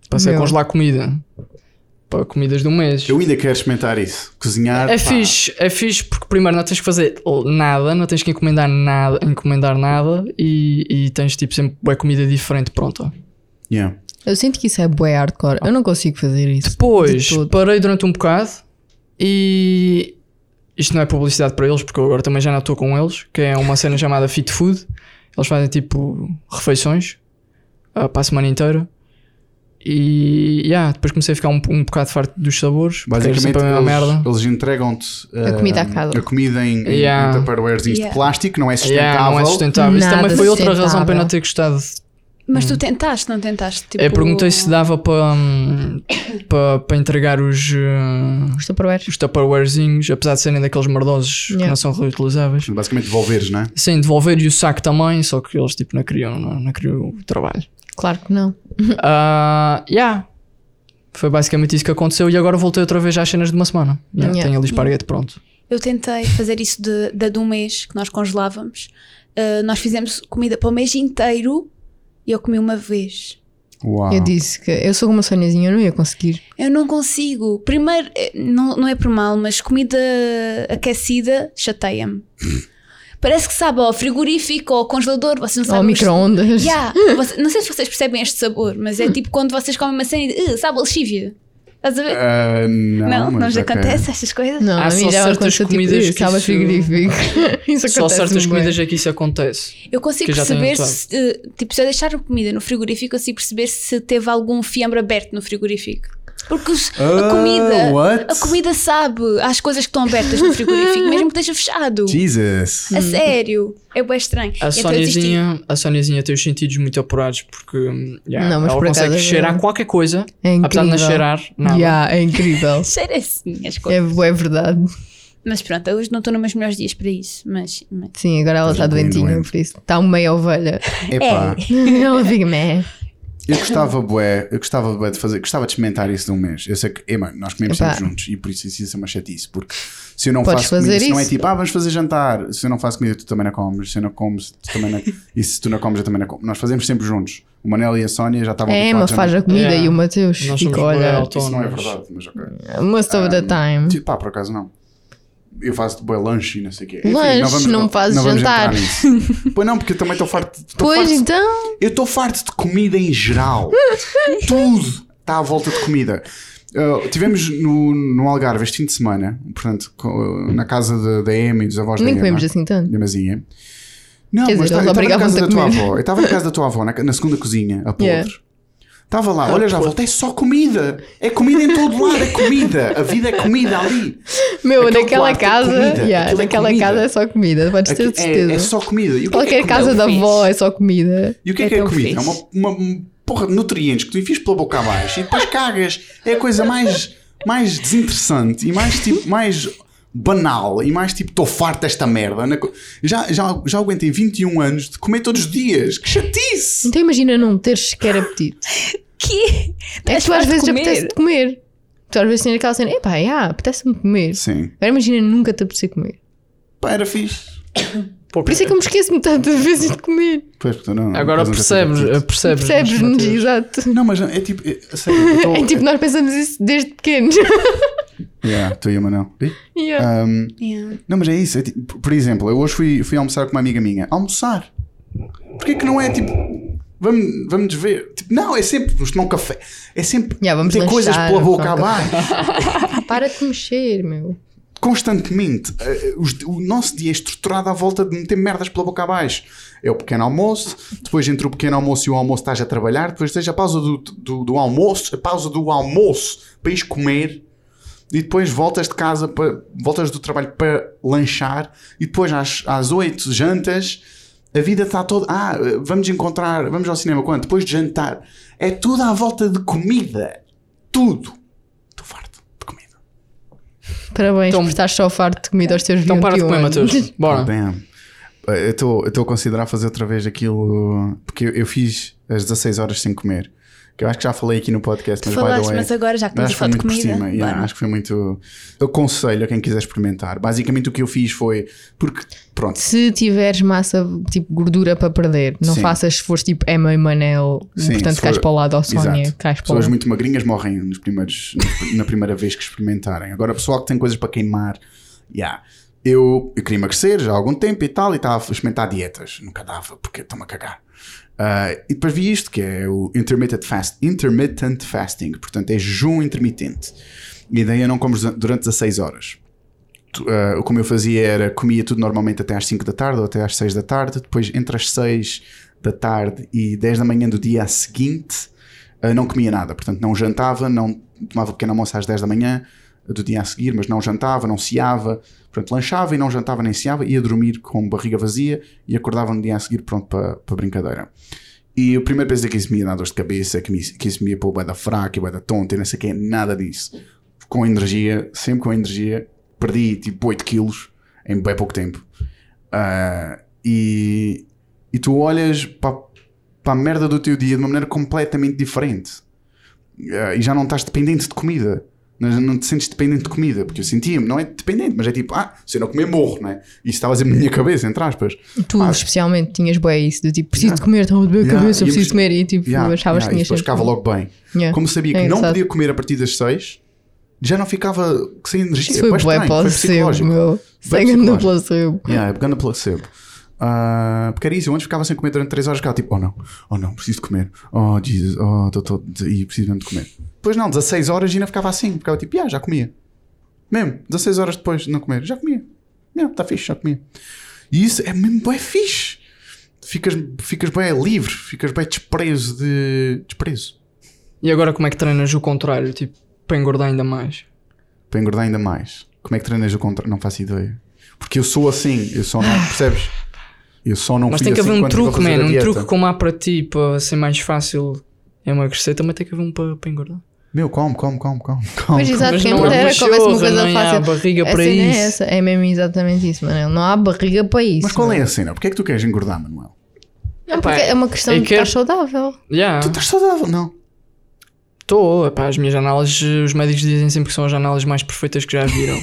Speaker 2: Passei a
Speaker 1: Meu.
Speaker 2: congelar comida. Para comidas de um mês.
Speaker 3: Eu ainda quero experimentar isso. Cozinhar.
Speaker 2: É
Speaker 3: pá.
Speaker 2: fixe, é fixe porque primeiro não tens que fazer nada, não tens que encomendar nada, encomendar nada e, e tens tipo sempre bué comida diferente pronta.
Speaker 3: Yeah.
Speaker 1: Eu sinto que isso é bué hardcore. Eu não consigo fazer isso.
Speaker 2: Depois
Speaker 1: De todo.
Speaker 2: parei durante um bocado e isto não é publicidade para eles porque eu agora também já não estou com eles, que é uma cena chamada Fit Food. Eles fazem tipo refeições ah, para a semana inteira. E yeah, depois comecei a ficar um, um bocado farto dos sabores, porque era
Speaker 3: Basicamente,
Speaker 2: sempre a mesma merda.
Speaker 3: eles, eles entregam-te eh,
Speaker 1: A comida à casa.
Speaker 3: A comida em, em,
Speaker 2: Yeah.
Speaker 3: em Tupperwarezinhos de
Speaker 4: Yeah.
Speaker 3: plástico, não é sustentável.
Speaker 2: Yeah, não é sustentável. Isso
Speaker 1: Nada
Speaker 2: também foi outra razão para eu não
Speaker 1: sustentável.
Speaker 2: ter gostado
Speaker 4: Mas tu tentaste, não tentaste? Tipo,
Speaker 2: Eu perguntei se dava para hum, para, para entregar os, uh,
Speaker 1: Estou para
Speaker 2: os Tupperwarezinhos, apesar de serem daqueles merdosos que
Speaker 1: Yeah.
Speaker 2: não são reutilizáveis.
Speaker 3: Basicamente, devolveres, não é?
Speaker 2: Sim, devolver e o saco também, só que eles tipo não queriam, não, não queriam o trabalho.
Speaker 1: Claro que não.
Speaker 2: Ah, yeah. Foi basicamente isso que aconteceu e agora voltei outra vez às cenas de uma semana. Yeah,
Speaker 1: Yeah.
Speaker 2: Tenho ali esparguete pronto.
Speaker 4: Eu tentei fazer isso de, da de um mês que nós congelávamos. Ah, nós fizemos comida para o mês inteiro e eu comi uma vez.
Speaker 3: Uau.
Speaker 1: Eu disse que eu sou uma sonhazinha, eu não ia conseguir.
Speaker 4: Eu não consigo. Primeiro, eh, não, não é por mal, mas comida aquecida chateia-me. Parece que sabe ao frigorífico ou ao congelador, vocês não sabem.
Speaker 1: Ou
Speaker 4: os-
Speaker 1: micro-ondas.
Speaker 4: Yeah, você- não sei se vocês percebem este sabor, mas é tipo quando vocês comem uma cena e de, "Ugh, sabe a lexívia? Estás a ver?
Speaker 3: Ah, não,
Speaker 4: não, não
Speaker 3: mas é.
Speaker 4: vos
Speaker 3: ok.
Speaker 4: acontece estas coisas?
Speaker 1: Não,
Speaker 2: Há
Speaker 1: a
Speaker 2: só
Speaker 1: mim já
Speaker 2: certas
Speaker 1: aconteceu tipo
Speaker 2: comidas
Speaker 1: isso,
Speaker 2: que
Speaker 1: estava
Speaker 2: isso-
Speaker 1: frigorífico. Isso
Speaker 2: Só
Speaker 1: acontece
Speaker 2: certas
Speaker 1: muito bem.
Speaker 2: comidas é que isso acontece.
Speaker 4: Eu consigo
Speaker 2: Que já tenho
Speaker 4: perceber
Speaker 2: notado.
Speaker 4: se, eh, tipo, se eu deixar a comida no frigorífico, eu consigo perceber se teve algum fiambre aberto no frigorífico. Porque os-
Speaker 3: Ah,
Speaker 1: Oh,
Speaker 4: a comida,
Speaker 3: what?
Speaker 4: a comida sabe às coisas que estão abertas no frigorífico, mesmo que esteja fechado.
Speaker 3: Jesus.
Speaker 4: A sério, é bem estranho.
Speaker 2: A
Speaker 4: Então eu desisti.
Speaker 2: Soniazinha, a Soniazinha tem os sentidos muito apurados porque hum, yeah,
Speaker 1: Não, mas
Speaker 2: ela
Speaker 1: por
Speaker 2: consegue
Speaker 1: acaso é
Speaker 2: cheirar
Speaker 1: verdade.
Speaker 2: qualquer coisa,
Speaker 1: É
Speaker 2: apesar de não
Speaker 1: incrível.
Speaker 2: cheirar nada.
Speaker 1: Yeah, é incrível.
Speaker 4: Cheira assim as
Speaker 1: É,
Speaker 4: coisas.
Speaker 1: é verdade. É.
Speaker 4: Mas pronto, hoje não estou nos meus melhores dias para isso. Mas, mas-
Speaker 1: Sim, agora ela está
Speaker 3: Estás um bocadinho
Speaker 1: doentinha,
Speaker 3: doente.
Speaker 1: por isso. Está uma meia ovelha.
Speaker 3: Epá.
Speaker 1: ela fica, meh. É.
Speaker 3: Eu gostava, bué, eu gostava bué de fazer, gostava de experimentar isso num mês. Eu sei que, é, mano, nós comemos
Speaker 1: Epá.
Speaker 3: sempre juntos e por isso isso é uma chatice, porque se eu não
Speaker 1: Podes
Speaker 3: faço comida,
Speaker 1: fazer
Speaker 3: se não é
Speaker 1: isso.
Speaker 3: tipo, ah, vamos fazer jantar, se eu não faço comida, tu também não comes, se eu não comes, tu também não, e se tu não comes, eu também não como. Nós fazemos sempre juntos. O Manel e a Sónia já estavam
Speaker 1: A Emma
Speaker 3: habituados
Speaker 1: É, faz
Speaker 3: não-
Speaker 1: a comida
Speaker 2: Yeah.
Speaker 1: e o Mateus
Speaker 2: Nós
Speaker 1: fica,
Speaker 2: somos bué
Speaker 1: olha,
Speaker 2: auto-
Speaker 3: Isso não é
Speaker 2: Autónomos.
Speaker 3: verdade, mas ok.
Speaker 1: most of the
Speaker 3: Um,
Speaker 1: time.
Speaker 3: Tipo, pá, por acaso não. Eu faço bué lanche e não sei o quê.
Speaker 1: Lanche, não me fazes
Speaker 3: vamos
Speaker 1: jantar.
Speaker 3: entrar nisso. pois não, porque eu também estou farto, estou
Speaker 1: Pois
Speaker 3: farto de
Speaker 1: então,
Speaker 3: eu estou farto de comida em geral. Tudo está à volta de comida. Uh, tivemos no, no Algarve este fim de semana, portanto, co- na casa da- da Emma e dos avós
Speaker 1: nem
Speaker 3: da Emma.
Speaker 1: comemos assim tanto.
Speaker 3: da Mazinha. Não,
Speaker 1: Quer dizer,
Speaker 3: mas tá-
Speaker 1: eles
Speaker 3: eu estava na
Speaker 1: obrigavam-te
Speaker 3: casa
Speaker 1: a
Speaker 3: da tua
Speaker 1: comer.
Speaker 3: avó. Eu estava na casa da tua avó, na, ca- na segunda cozinha, a podre.
Speaker 1: Yeah. Ah,
Speaker 3: Estava lá, olha, já voltei, só comida. É comida em todo lado, é comida. A vida é comida ali.
Speaker 1: Meu,
Speaker 3: Aquele
Speaker 1: naquela
Speaker 3: quarto é
Speaker 1: casa,
Speaker 3: comida,
Speaker 1: yeah,
Speaker 3: aquilo é
Speaker 1: naquela
Speaker 3: comida.
Speaker 1: casa é só comida, podes
Speaker 3: Aqui-
Speaker 1: ter certeza.
Speaker 3: é, é só comida. E o que é que é
Speaker 1: Qualquer
Speaker 3: comida?
Speaker 1: casa da
Speaker 4: fixe.
Speaker 1: avó é só comida.
Speaker 3: E o que é,
Speaker 4: É
Speaker 3: que é
Speaker 4: tão
Speaker 3: comida? É
Speaker 4: fixe.
Speaker 3: uma, uma porra de nutrientes que tu enfias pela boca abaixo e depois cagas. É a coisa mais, mais desinteressante e mais tipo, mais banal e mais tipo, estou farto desta merda. Na co- Já, já, já aguentei 21 anos de comer todos os dias. Que chatice!
Speaker 1: Então imagina não teres sequer apetite.
Speaker 4: Que?
Speaker 1: é que
Speaker 4: Estás
Speaker 1: tu às
Speaker 4: farto de
Speaker 1: vezes
Speaker 4: comer?
Speaker 1: apetece-te comer. Tu às vezes tens aquela cena, epá, yeah, apetece-me comer.
Speaker 3: Sim.
Speaker 1: Agora imagina nunca te apetecer comer.
Speaker 3: Pá, era fixe.
Speaker 1: Por isso é que eu me esqueço-me tantas vezes de comer.
Speaker 3: Pois, portanto, não, não,
Speaker 2: Agora
Speaker 3: não é
Speaker 2: percebes, eh, é
Speaker 3: sei.
Speaker 2: percebes.
Speaker 1: Percebes-nos,
Speaker 2: Mateus.
Speaker 1: exato.
Speaker 3: Não, mas é tipo. É, a sério, eu tô-
Speaker 1: É tipo, nós pensamos isso desde pequenos.
Speaker 3: Yeah, tu e o Manel. Ih?
Speaker 1: Yeah.
Speaker 3: Um,
Speaker 4: Yeah.
Speaker 3: Não, mas é isso. é tipo, por exemplo, eu hoje fui, fui almoçar com uma amiga minha. Almoçar. Porquê que não é tipo. Vamos, vamos ver. Tipo, não, é sempre. Vamos tomar um café. É sempre.
Speaker 1: Já, vamos
Speaker 3: ter
Speaker 1: lanchar,
Speaker 3: coisas pela
Speaker 1: vamos
Speaker 3: boca
Speaker 1: tomar um café.
Speaker 3: abaixo.
Speaker 1: Para de mexer, meu.
Speaker 3: Constantemente. Eh, os- o nosso dia é estruturado à volta de meter merdas pela boca abaixo. É o pequeno almoço. Depois entre o pequeno almoço e o almoço estás a trabalhar. Depois tens a pausa do, do, do almoço. A pausa do almoço para ires comer. E depois voltas de casa, para, voltas do trabalho para lanchar. E depois às, às 8 jantas. A vida está toda. Ah, vamos encontrar, vamos ao cinema quando? Depois de jantar. É tudo à volta de comida. Tudo. Estou farto de comida.
Speaker 1: Parabéns
Speaker 2: Então-
Speaker 1: por estar só farto de comida aos teus
Speaker 2: Então
Speaker 1: 21
Speaker 2: para de comer,
Speaker 1: anos.
Speaker 2: Matheus. Bora.
Speaker 3: Então, Damn. Eh, Eu estou eu estou a considerar fazer outra vez aquilo. Porque eu, eu fiz às 16 horas sem comer. Que eu acho que já falei aqui no podcast,
Speaker 4: Tu
Speaker 3: mas by
Speaker 4: falaste,
Speaker 3: the way.
Speaker 4: mas agora já que
Speaker 3: Mas
Speaker 4: estamos a
Speaker 3: acho que foi
Speaker 4: falar
Speaker 3: muito
Speaker 4: de
Speaker 3: por
Speaker 4: comida.
Speaker 3: cima. yeah,
Speaker 4: bora.
Speaker 3: acho que foi muito. Eu aconselho a quem quiser experimentar. Basicamente o que eu fiz foi. Porque, pronto.
Speaker 1: Se tiveres massa, tipo gordura para perder, não
Speaker 3: Sim.
Speaker 1: faças esforço tipo Emma e Manel,
Speaker 3: Sim,
Speaker 1: portanto
Speaker 3: se
Speaker 1: cais
Speaker 3: for-
Speaker 1: para o lado ou Sónia,
Speaker 3: Exato.
Speaker 1: cais para o
Speaker 3: Pessoas
Speaker 1: lado.
Speaker 3: muito magrinhas morrem nos primeiros, na primeira vez que experimentarem. Agora, pessoal que tem coisas para queimar, yeah. eu, eu queria emagrecer já há algum tempo e tal, e estava a experimentar dietas. Nunca dava, porque estou-me a cagar. Ah, e depois vi isto, que é o intermittent, fast, intermittent fasting, portanto é jejum intermitente. E daí eu não como durante 16 horas. Tu- ah, como eu fazia era, comia tudo normalmente até às 5 da tarde ou até às 6 da tarde, depois entre as 6 da tarde e 10 da manhã do dia seguinte, ah, não comia nada, portanto não jantava, não tomava pequeno almoço às 10 da manhã do dia a seguir, mas não jantava, não ceava, portanto lanchava e não jantava nem ceava, ia dormir com barriga vazia e acordava no dia a seguir pronto para para brincadeira. E o primeiro pensei que isso me ia dar dor de cabeça, que, me, que isso me ia pôr bué da fraca, bué da tonta e não sei o que, nada disso. Com energia, sempre com energia, perdi tipo 8 quilos em bem pouco tempo. Ah, e, e tu olhas para a merda do teu dia de uma maneira completamente diferente. Ah, e já não estás dependente de comida. Não, não te sentes dependente de comida, porque eu sentia-me, não é dependente, mas é tipo, ah, se eu não comer, morro, né? Isso estava a dizer na minha cabeça, entre aspas.
Speaker 1: Tu
Speaker 3: Pá,
Speaker 1: especialmente tinhas bem isso, do tipo preciso de comer, estava de bem a
Speaker 3: Yeah,
Speaker 1: cabeça,
Speaker 3: íamos-
Speaker 1: preciso de comer e tipo
Speaker 3: Yeah,
Speaker 1: achavas
Speaker 3: yeah,
Speaker 1: que
Speaker 3: e
Speaker 1: tinhas
Speaker 3: depois
Speaker 1: sempre-
Speaker 3: ficava logo bem.
Speaker 1: Yeah.
Speaker 3: Como sabia que
Speaker 1: É
Speaker 3: não
Speaker 1: engraçado.
Speaker 3: podia comer a partir das 6, já não ficava sem energia.
Speaker 1: Isso foi
Speaker 3: é Bué
Speaker 1: bué
Speaker 3: estranho,
Speaker 1: para o
Speaker 3: foi
Speaker 1: seu,
Speaker 3: psicológico.
Speaker 1: meu.
Speaker 3: Foi
Speaker 1: Sem andar
Speaker 3: psicológico.
Speaker 1: para o seu.
Speaker 3: Yeah, é pegando a placebo. Ah, porque era isso, eu antes ficava sem comer durante 3 horas, ficava tipo, oh não, oh não, preciso de comer, oh Jesus, oh, tô, tô, e preciso mesmo de comer. Depois não, 16 horas ainda ficava assim, ficava tipo, yeah, já comia. Mesmo, 16 horas depois de não comer, já comia. Não, está fixe, já comia. E isso é mesmo bem fixe. Ficas, ficas bem livre, ficas bem despreso de. desprezo.
Speaker 2: E agora como é que treinas o contrário? Tipo, para engordar ainda mais.
Speaker 3: Para engordar ainda mais. Como é que treinas o contrário? Não faço ideia. Porque eu sou assim, eu só não, percebes? Eu só não
Speaker 2: Ah. Mas
Speaker 3: fui
Speaker 2: tem que
Speaker 3: assim
Speaker 2: haver um
Speaker 3: quando estive a
Speaker 2: truque,
Speaker 3: fazer a
Speaker 2: mano. Um
Speaker 3: dieta.
Speaker 2: truque como há para ti, para ser mais fácil emagrecer, também tem que haver um para, para engordar.
Speaker 3: Meu, calma, calma, calma, calma. calma.
Speaker 1: Mas exato,
Speaker 2: Mas
Speaker 1: quem
Speaker 2: não há
Speaker 3: é
Speaker 1: dera que houvesse uma
Speaker 2: pachorra,
Speaker 1: coisa
Speaker 2: nem há
Speaker 1: fácil.
Speaker 2: barriga
Speaker 1: A
Speaker 2: para
Speaker 3: assim,
Speaker 1: cena é
Speaker 2: isso.
Speaker 1: essa, é mesmo exatamente isso, Manel. Não há barriga para isso.
Speaker 3: Mas qual é
Speaker 1: mano.
Speaker 3: a cena? Porquê é que tu queres engordar, Manuel?
Speaker 1: Não, porque
Speaker 2: Epá,
Speaker 1: é uma questão
Speaker 2: é
Speaker 1: de
Speaker 2: que-
Speaker 1: estar saudável.
Speaker 2: Yeah.
Speaker 3: Tu estás saudável, não?
Speaker 2: Estou, pá, as minhas análises, os médicos dizem sempre que são as análises mais perfeitas que já viram.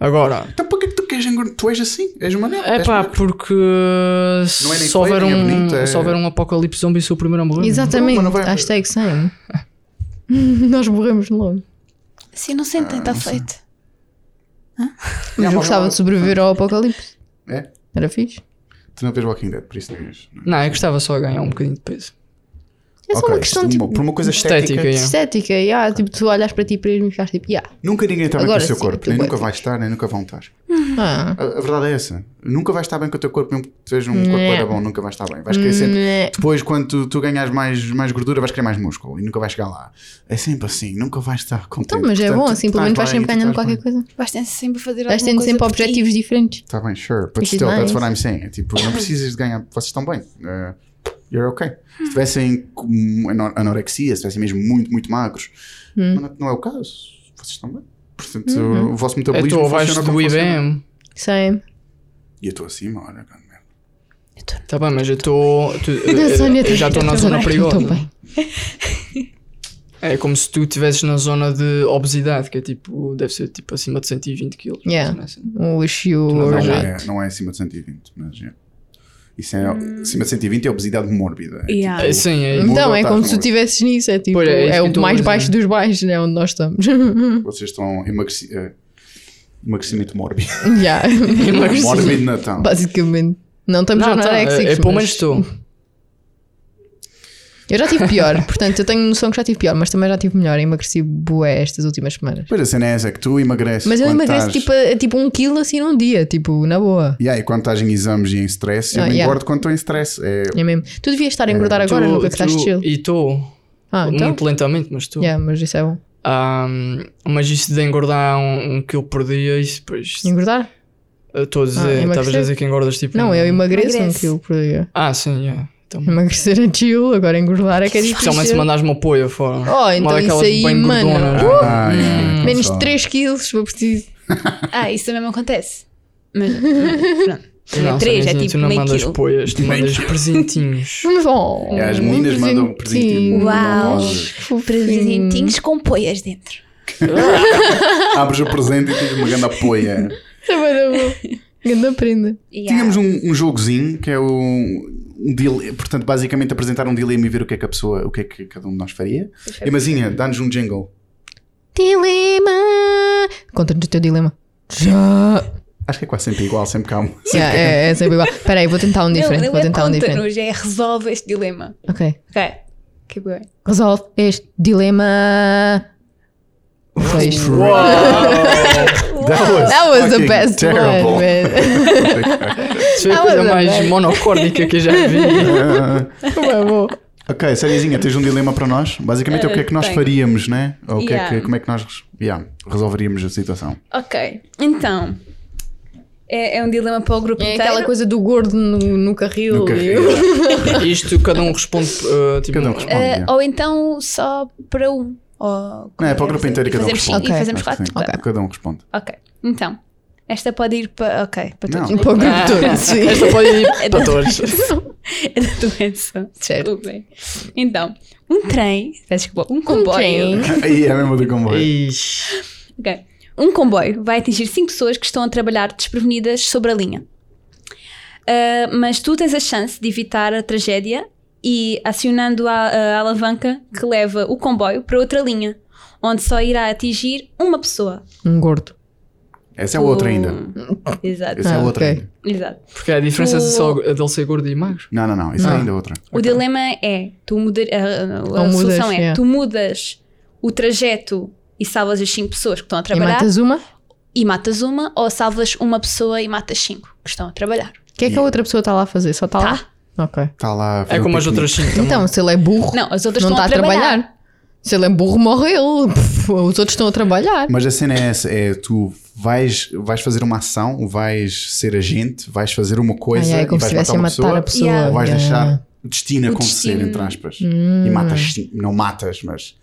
Speaker 2: Agora,
Speaker 3: Então porquê é que tu queres engordar? Tu és assim, és uma neta.
Speaker 2: é
Speaker 3: és
Speaker 2: pá,
Speaker 3: magro.
Speaker 2: porque
Speaker 3: Não é nem
Speaker 2: se houver,
Speaker 3: feio, nem é
Speaker 2: um,
Speaker 3: bonito, é-
Speaker 2: se houver um apocalipse zombie, sou o primeiro a morrer.
Speaker 1: Exatamente.
Speaker 3: Não, mas não vai-
Speaker 1: Hashtag 100. Nós morremos logo.
Speaker 4: Se inocente,
Speaker 1: Ah,
Speaker 4: está feito.
Speaker 1: Mas
Speaker 3: mas
Speaker 1: eu gostava
Speaker 3: não-
Speaker 1: de sobreviver ao apocalipse.
Speaker 3: É?
Speaker 1: Era fixe.
Speaker 3: Tu não vês Walking Dead, por isso não és. não é?
Speaker 2: Não, eu gostava só de ganhar um bocadinho de peso.
Speaker 1: É só
Speaker 3: Ok,
Speaker 1: uma questão
Speaker 3: isto é
Speaker 1: tipo,
Speaker 3: uma- Por uma coisa estética.
Speaker 2: Estética, yeah.
Speaker 1: estética. Yeah, tipo, tu olhas para ti e para eles e ficas tipo, yeah.
Speaker 3: Nunca ninguém está bem
Speaker 1: Agora
Speaker 3: com o seu
Speaker 1: sim,
Speaker 3: corpo.
Speaker 1: tu
Speaker 2: tipo,
Speaker 3: Nem
Speaker 1: vai-
Speaker 3: nunca vai estar, nem nunca vão estar.
Speaker 1: Ah.
Speaker 3: A, a verdade é essa. Nunca vais estar bem com o teu corpo, mesmo que tu sejas um corpo
Speaker 2: é.
Speaker 1: Né.
Speaker 3: era bom, nunca vais estar bem. Vais
Speaker 2: Hum.
Speaker 3: querer sempre.
Speaker 1: Né.
Speaker 3: Depois, quando tu, tu ganhas mais, mais gordura, vais querer mais músculo e nunca vais chegar lá. É sempre assim, nunca vais estar contente. tá
Speaker 1: Então, mas é bom,
Speaker 2: tá
Speaker 1: assim, pelo menos vais sempre ganhando qualquer coisa.
Speaker 4: Vais ter sempre a fazer
Speaker 1: Vais
Speaker 4: alguma
Speaker 1: tendo
Speaker 4: coisa
Speaker 1: sempre
Speaker 4: por ti.
Speaker 1: objetivos diferentes.
Speaker 3: Está Tá bem, sure. But
Speaker 1: Which is
Speaker 3: still, that's
Speaker 1: nice.
Speaker 3: what I'm saying. É Tipo, não precisas de ganhar. Vocês estão bem. Eh, you're okay.
Speaker 1: Hum.
Speaker 3: Se tivessem com ano- anorexia, se tivessem mesmo muito, muito magros,
Speaker 1: Hum.
Speaker 3: mas não, não é o caso. Vocês estão bem. Portanto,
Speaker 1: Uhum.
Speaker 3: o vosso
Speaker 2: É tu
Speaker 3: metabolismo
Speaker 2: ou
Speaker 3: funciona
Speaker 2: vais do
Speaker 3: como funciona.
Speaker 2: IBM.
Speaker 1: Sim.
Speaker 3: E eu estou acima, olha. cara, é, meu.
Speaker 2: Tá bem, mas eu estou.
Speaker 1: A Sónia
Speaker 2: Eu
Speaker 1: tem
Speaker 2: já
Speaker 1: que
Speaker 2: estou na
Speaker 1: estar
Speaker 2: zona
Speaker 1: bem.
Speaker 2: perigosa.
Speaker 1: Estou bem.
Speaker 2: É como se tu estivesses na zona de obesidade, que é tipo, deve ser tipo acima de 120 kg.
Speaker 1: Yeah.
Speaker 2: assim?
Speaker 1: Oh, Wish you
Speaker 2: Não,
Speaker 1: were
Speaker 3: Não,
Speaker 1: right.
Speaker 3: é, não é acima de 120, mas é. Isso é acima de 120 é obesidade mórbida. É
Speaker 4: Yeah.
Speaker 3: tipo-
Speaker 2: Sim, é
Speaker 3: Hum.
Speaker 1: Então,
Speaker 3: Mudou,
Speaker 1: é
Speaker 3: tá,
Speaker 1: como
Speaker 3: tá
Speaker 1: se tu
Speaker 3: bom.
Speaker 1: estivesses nisso, é tipo,
Speaker 2: Pois é, é isso
Speaker 1: é
Speaker 2: que eu
Speaker 1: o
Speaker 2: estou a
Speaker 1: mais
Speaker 2: dizer.
Speaker 1: baixo dos baixos, né? Onde nós estamos.
Speaker 3: Vocês estão emagreci eh, emagrecimento mórbido.
Speaker 1: yeah.
Speaker 3: mórbido é Natal.
Speaker 1: Basicamente. Não estamos
Speaker 2: Não,
Speaker 1: a
Speaker 2: tá, é, é
Speaker 1: anorexicos, mas
Speaker 2: pelo menos estou.
Speaker 1: Eu já tive pior, portanto, eu tenho noção que já tive pior, mas também já tive melhor. Emagreci bué estas últimas semanas.
Speaker 3: Pois a cena é essa, é que tu emagreces.
Speaker 1: Mas eu
Speaker 3: quando
Speaker 1: emagreço
Speaker 3: estás-
Speaker 1: tipo, a- tipo um quilo assim num dia, tipo, na boa.
Speaker 3: Yeah, e quando estás em exames e em stress, eu
Speaker 1: Ah,
Speaker 3: me
Speaker 1: yeah.
Speaker 3: engordo quando estou em stress. É,
Speaker 1: É mesmo. Tu devias estar a engordar agora,
Speaker 2: Tu-
Speaker 1: Luca, que estás
Speaker 2: tu-
Speaker 1: chill.
Speaker 2: E estou.
Speaker 1: Ah, então.
Speaker 2: Muito lentamente, mas estou.
Speaker 1: Yeah, mas isso é bom.
Speaker 2: Ah, mas isso de engordar um, um quilo por dia, isso depois.
Speaker 1: Engordar?
Speaker 2: Todos,
Speaker 1: Ah,
Speaker 2: estavas a
Speaker 1: emagrecer?
Speaker 2: dizer que engordas tipo.
Speaker 1: Não, eu emagreço um
Speaker 4: Emagrece.
Speaker 1: quilo por dia.
Speaker 2: Ah, sim, yeah. então,
Speaker 1: Emagrecer é chill, agora engordar é que é difícil.
Speaker 2: Especialmente se mandares-me apoio fora.
Speaker 1: Oh, então
Speaker 2: Uma daquelas
Speaker 1: isso aí,
Speaker 2: bem
Speaker 1: mano.
Speaker 2: gordonas.
Speaker 3: Ah, é, é,
Speaker 1: Hum, Menos
Speaker 3: só.
Speaker 1: 3 quilos, vou preciso.
Speaker 4: Ah, isso também me acontece. Mas,
Speaker 2: Não,
Speaker 4: Três, é
Speaker 2: Soninha,
Speaker 4: tipo
Speaker 2: tu não
Speaker 4: meio
Speaker 2: mandas
Speaker 4: quilo.
Speaker 2: poias, tu
Speaker 3: Meio
Speaker 2: mandas presentinhos.
Speaker 1: Mas, oh,
Speaker 3: É, as meninas mandam um presentinho.
Speaker 1: presentinho.
Speaker 4: Uau.
Speaker 3: Não podes.
Speaker 4: presentinhos com poias dentro.
Speaker 3: Abres o presente e tens uma grande apoia.
Speaker 1: Isso é bué da bom. Ganda prenda.
Speaker 4: Yeah.
Speaker 3: Tínhamos um, um jogozinho que é o. Um dile- portanto, basicamente apresentar um dilema e ver o que é que a pessoa, o que é que cada um de nós faria. Imazinha, dá-nos um jingle.
Speaker 1: Dilema! Conta-nos o teu dilema. Já!
Speaker 3: Acho que é quase sempre igual, sempre calmo.
Speaker 1: Yeah, é, é sempre igual. Espera aí, vou tentar um
Speaker 4: Não,
Speaker 1: diferente.
Speaker 4: não
Speaker 1: Vou
Speaker 4: é
Speaker 1: tentar um diferente.
Speaker 4: conta-nos, é resolve este dilema.
Speaker 1: Ok.
Speaker 4: Ok. Que bom.
Speaker 1: Resolve este dilema. Foi isto.
Speaker 3: That was,
Speaker 1: That was the
Speaker 3: fucking
Speaker 1: best
Speaker 3: terrible.
Speaker 1: one, man.
Speaker 2: Isso é a
Speaker 1: Ah,
Speaker 2: coisa
Speaker 1: mas é
Speaker 2: mais
Speaker 1: bem.
Speaker 2: monocórdica que eu já vi.
Speaker 1: Tá
Speaker 3: ok, Sariazinha, tens um dilema para nós? Basicamente é o que é que nós
Speaker 4: Tenho.
Speaker 3: faríamos, né? Ou o que é
Speaker 4: Yeah.
Speaker 3: que, como é que nós yeah, resolveríamos a situação?
Speaker 4: Ok. Então. É, é um dilema para o grupo
Speaker 1: É
Speaker 4: inteiro.
Speaker 1: aquela coisa do gordo no, no carril.
Speaker 3: Nunca-
Speaker 1: Eu-
Speaker 2: Isto cada um responde. uh, tipo,
Speaker 3: é Cada um responde.
Speaker 4: Ah,
Speaker 3: yeah.
Speaker 4: ou então só para um. Ou,
Speaker 3: Não, é para o grupo inteiro e cada um
Speaker 4: fazemos
Speaker 3: responde.
Speaker 4: cinco
Speaker 1: Ok.
Speaker 4: e fazemos
Speaker 3: Acho que
Speaker 4: quatro.
Speaker 3: sim.
Speaker 4: Tá.
Speaker 3: Cada um responde.
Speaker 4: Ok. Então. Esta pode ir para. Ok, para todos.
Speaker 3: Não.
Speaker 1: Para o Ah. grupo todo, sim.
Speaker 2: Esta pode ir
Speaker 4: É
Speaker 2: para
Speaker 4: da-
Speaker 2: todos.
Speaker 4: É da doença.
Speaker 1: Certo.
Speaker 4: Desculpem. Então, um trem. peço Desculpa, um comboio.
Speaker 1: trem.
Speaker 3: Aí é mesmo do comboio.
Speaker 2: Ixi.
Speaker 4: Ok. Um comboio vai atingir cinco pessoas que estão a trabalhar desprevenidas sobre a linha. Ah, mas tu tens a chance de evitar a tragédia e acionando a, a alavanca que leva o comboio para outra linha, onde só irá atingir uma pessoa.
Speaker 1: Um gordo.
Speaker 3: Essa é outra ainda.
Speaker 4: Hum. Exato,
Speaker 3: Essa é
Speaker 1: Ah,
Speaker 3: outra
Speaker 1: ok.
Speaker 3: ainda.
Speaker 4: exato.
Speaker 2: Porque a diferença é só a dele ser gordo e magro.
Speaker 3: Não, não, não. Isso
Speaker 1: Ah.
Speaker 3: é ainda outra.
Speaker 4: O dilema é, tu muda, a, a- a
Speaker 1: Ou
Speaker 4: solução
Speaker 1: mudas,
Speaker 4: é,
Speaker 1: yeah.
Speaker 4: tu mudas o trajeto e salvas as cinco pessoas que estão a
Speaker 1: E
Speaker 4: trabalhar
Speaker 1: matas uma?
Speaker 4: e matas uma, ou salvas uma pessoa e matas cinco que estão a trabalhar.
Speaker 1: O que é que a outra pessoa está lá a fazer? Só está
Speaker 4: Tá.
Speaker 1: lá? Ok.
Speaker 3: Está lá. a fazer
Speaker 2: É como
Speaker 3: um
Speaker 2: as
Speaker 3: piquenique.
Speaker 2: outras cinco. também.
Speaker 1: Então, se ele é burro,
Speaker 4: Não, as outras
Speaker 1: não
Speaker 4: estão
Speaker 1: está a trabalhar. Se ele é burro, morre ele. Pff, Os outros estão a trabalhar.
Speaker 3: Mas a cena é essa: é tu vais, vais fazer uma ação, vais ser agente, vais fazer uma coisa
Speaker 1: Ai, ai,
Speaker 3: é, e
Speaker 1: como se
Speaker 3: vais
Speaker 1: estivesse
Speaker 3: matar
Speaker 1: a
Speaker 3: uma
Speaker 1: matar a
Speaker 3: pessoa,
Speaker 1: pessoa.
Speaker 4: Yeah.
Speaker 3: ou vais
Speaker 1: Yeah.
Speaker 3: deixar o destino acontecer,
Speaker 4: destino.
Speaker 3: entre aspas.
Speaker 1: Hum.
Speaker 3: E matas, não matas, mas.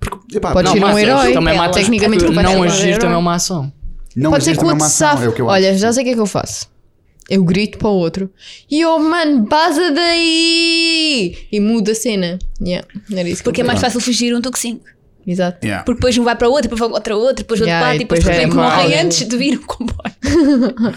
Speaker 3: Porque, epá,
Speaker 1: Podes
Speaker 3: não,
Speaker 1: ser um
Speaker 2: matas,
Speaker 1: herói.
Speaker 2: Também é
Speaker 1: Ela.
Speaker 2: matas,
Speaker 1: Tecnicamente,
Speaker 2: porque
Speaker 1: tu vais
Speaker 2: não
Speaker 1: ser um
Speaker 2: agir
Speaker 1: herói.
Speaker 2: também é uma ação.
Speaker 3: não
Speaker 1: Pode ser
Speaker 3: existe
Speaker 1: que o
Speaker 3: uma
Speaker 1: outro
Speaker 3: ação,
Speaker 1: safe.
Speaker 3: é o que eu
Speaker 1: Olha,
Speaker 3: acho.
Speaker 1: já sei o que é que eu faço. Eu grito para o outro: E oh mano, baza daí! E muda a cena. Yeah, era isso que
Speaker 4: Porque é
Speaker 1: eu
Speaker 4: mais
Speaker 1: pensava.
Speaker 4: fácil fugir um do que cinco.
Speaker 1: Exato.
Speaker 3: Yeah.
Speaker 4: Porque depois um vai para o outro, depois vai contra outro, depois outro
Speaker 1: Yeah,
Speaker 4: bate,
Speaker 1: e
Speaker 4: e depois,
Speaker 1: depois
Speaker 4: depois
Speaker 1: é
Speaker 4: que morrem
Speaker 1: mal.
Speaker 4: antes de vir o comboio.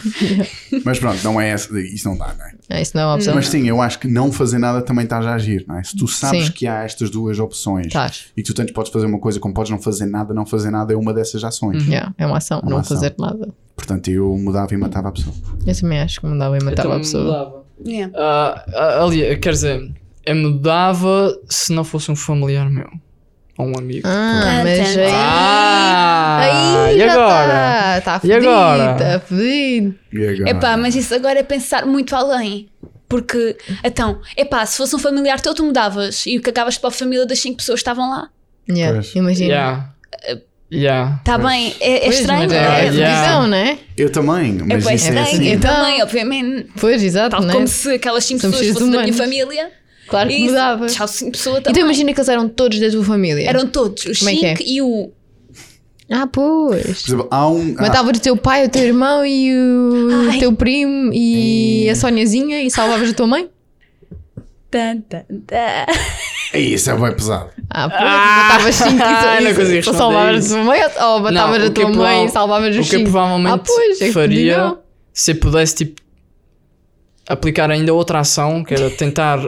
Speaker 3: Mas pronto, não é essa. Isso não dá, não é?
Speaker 1: Ah, isso não é uma opção.
Speaker 3: Mas sim, eu acho que não fazer nada também estás a agir, não é? Se tu sabes
Speaker 1: Sim. Tá.
Speaker 3: que há estas duas opções
Speaker 1: Estás.
Speaker 3: e que tu tanto podes fazer uma coisa como podes não fazer nada, não fazer nada é uma dessas ações.
Speaker 1: Yeah, é uma ação,
Speaker 3: Uma
Speaker 1: não
Speaker 3: ação.
Speaker 1: fazer nada.
Speaker 3: Portanto, eu mudava e matava a pessoa.
Speaker 1: Eu também acho que mudava e matava a pessoa.
Speaker 2: mudava. Ah, ali, quer dizer, eu mudava se não fosse um familiar meu. Ou um amigo.
Speaker 1: Ah,
Speaker 4: Tan,
Speaker 1: mas
Speaker 4: tan.
Speaker 1: aí.
Speaker 2: Ah,
Speaker 1: aí
Speaker 2: e
Speaker 1: já tá.
Speaker 2: agora?
Speaker 1: Está
Speaker 2: E
Speaker 1: fedido,
Speaker 2: agora?
Speaker 1: está fedido.
Speaker 3: E agora?
Speaker 4: Epá, mas isso agora é pensar muito além. Porque, então, epá, se fosse um familiar teu, tu mudavas e cagavas para a família das cinco pessoas que estavam lá.
Speaker 1: Yeah,
Speaker 3: Pois.
Speaker 1: imagina. Eh,
Speaker 2: Yeah. Yeah.
Speaker 4: Está bem, é, é
Speaker 1: Pois,
Speaker 4: estranho.
Speaker 1: mas
Speaker 4: É,
Speaker 1: é,
Speaker 2: é,
Speaker 1: é
Speaker 2: yeah.
Speaker 1: visão, né?
Speaker 3: Eu também,
Speaker 4: é
Speaker 3: mas
Speaker 4: bué
Speaker 3: isso é,
Speaker 4: estranho.
Speaker 3: assim.
Speaker 4: Eu
Speaker 1: Então-
Speaker 4: também, obviamente.
Speaker 1: Pois, exato,
Speaker 4: Tal
Speaker 1: né?
Speaker 4: como se aquelas cinco
Speaker 1: Somos
Speaker 4: pessoas
Speaker 1: seres
Speaker 4: fossem da minha
Speaker 1: humanos.
Speaker 4: família.
Speaker 1: Claro que
Speaker 4: E isso,
Speaker 1: mudava.
Speaker 4: Tchau, cinco pessoas também.
Speaker 1: Então imagina que eles eram todos da tua família.
Speaker 4: Eram todos, os
Speaker 1: Como é que é?
Speaker 4: cinco e o.
Speaker 1: Ah, pois.
Speaker 3: Por exemplo, há um. há-
Speaker 1: Matavas o teu pai, o teu irmão e o
Speaker 4: Ai.
Speaker 1: teu primo e a Soniazinha e salvavas a tua mãe?
Speaker 4: Tan, tan, tan.
Speaker 1: tá-
Speaker 3: isso é bem pesado.
Speaker 1: Ah, pois, matavas cinco
Speaker 2: Ah, não
Speaker 1: e,
Speaker 2: consegui
Speaker 1: e
Speaker 2: responder
Speaker 1: salvavas a
Speaker 2: isso.
Speaker 1: tua mãe ou- ou matavas
Speaker 2: Não,
Speaker 1: a
Speaker 2: o
Speaker 1: tua
Speaker 2: que é
Speaker 1: mãe
Speaker 2: provável-
Speaker 1: e salvavas
Speaker 2: O
Speaker 1: os
Speaker 2: que eu
Speaker 1: cinco?
Speaker 2: provavelmente
Speaker 1: Ah, pois, é que
Speaker 2: faria
Speaker 1: não.
Speaker 2: se eu pudesse tipo, aplicar ainda outra ação, que era tentar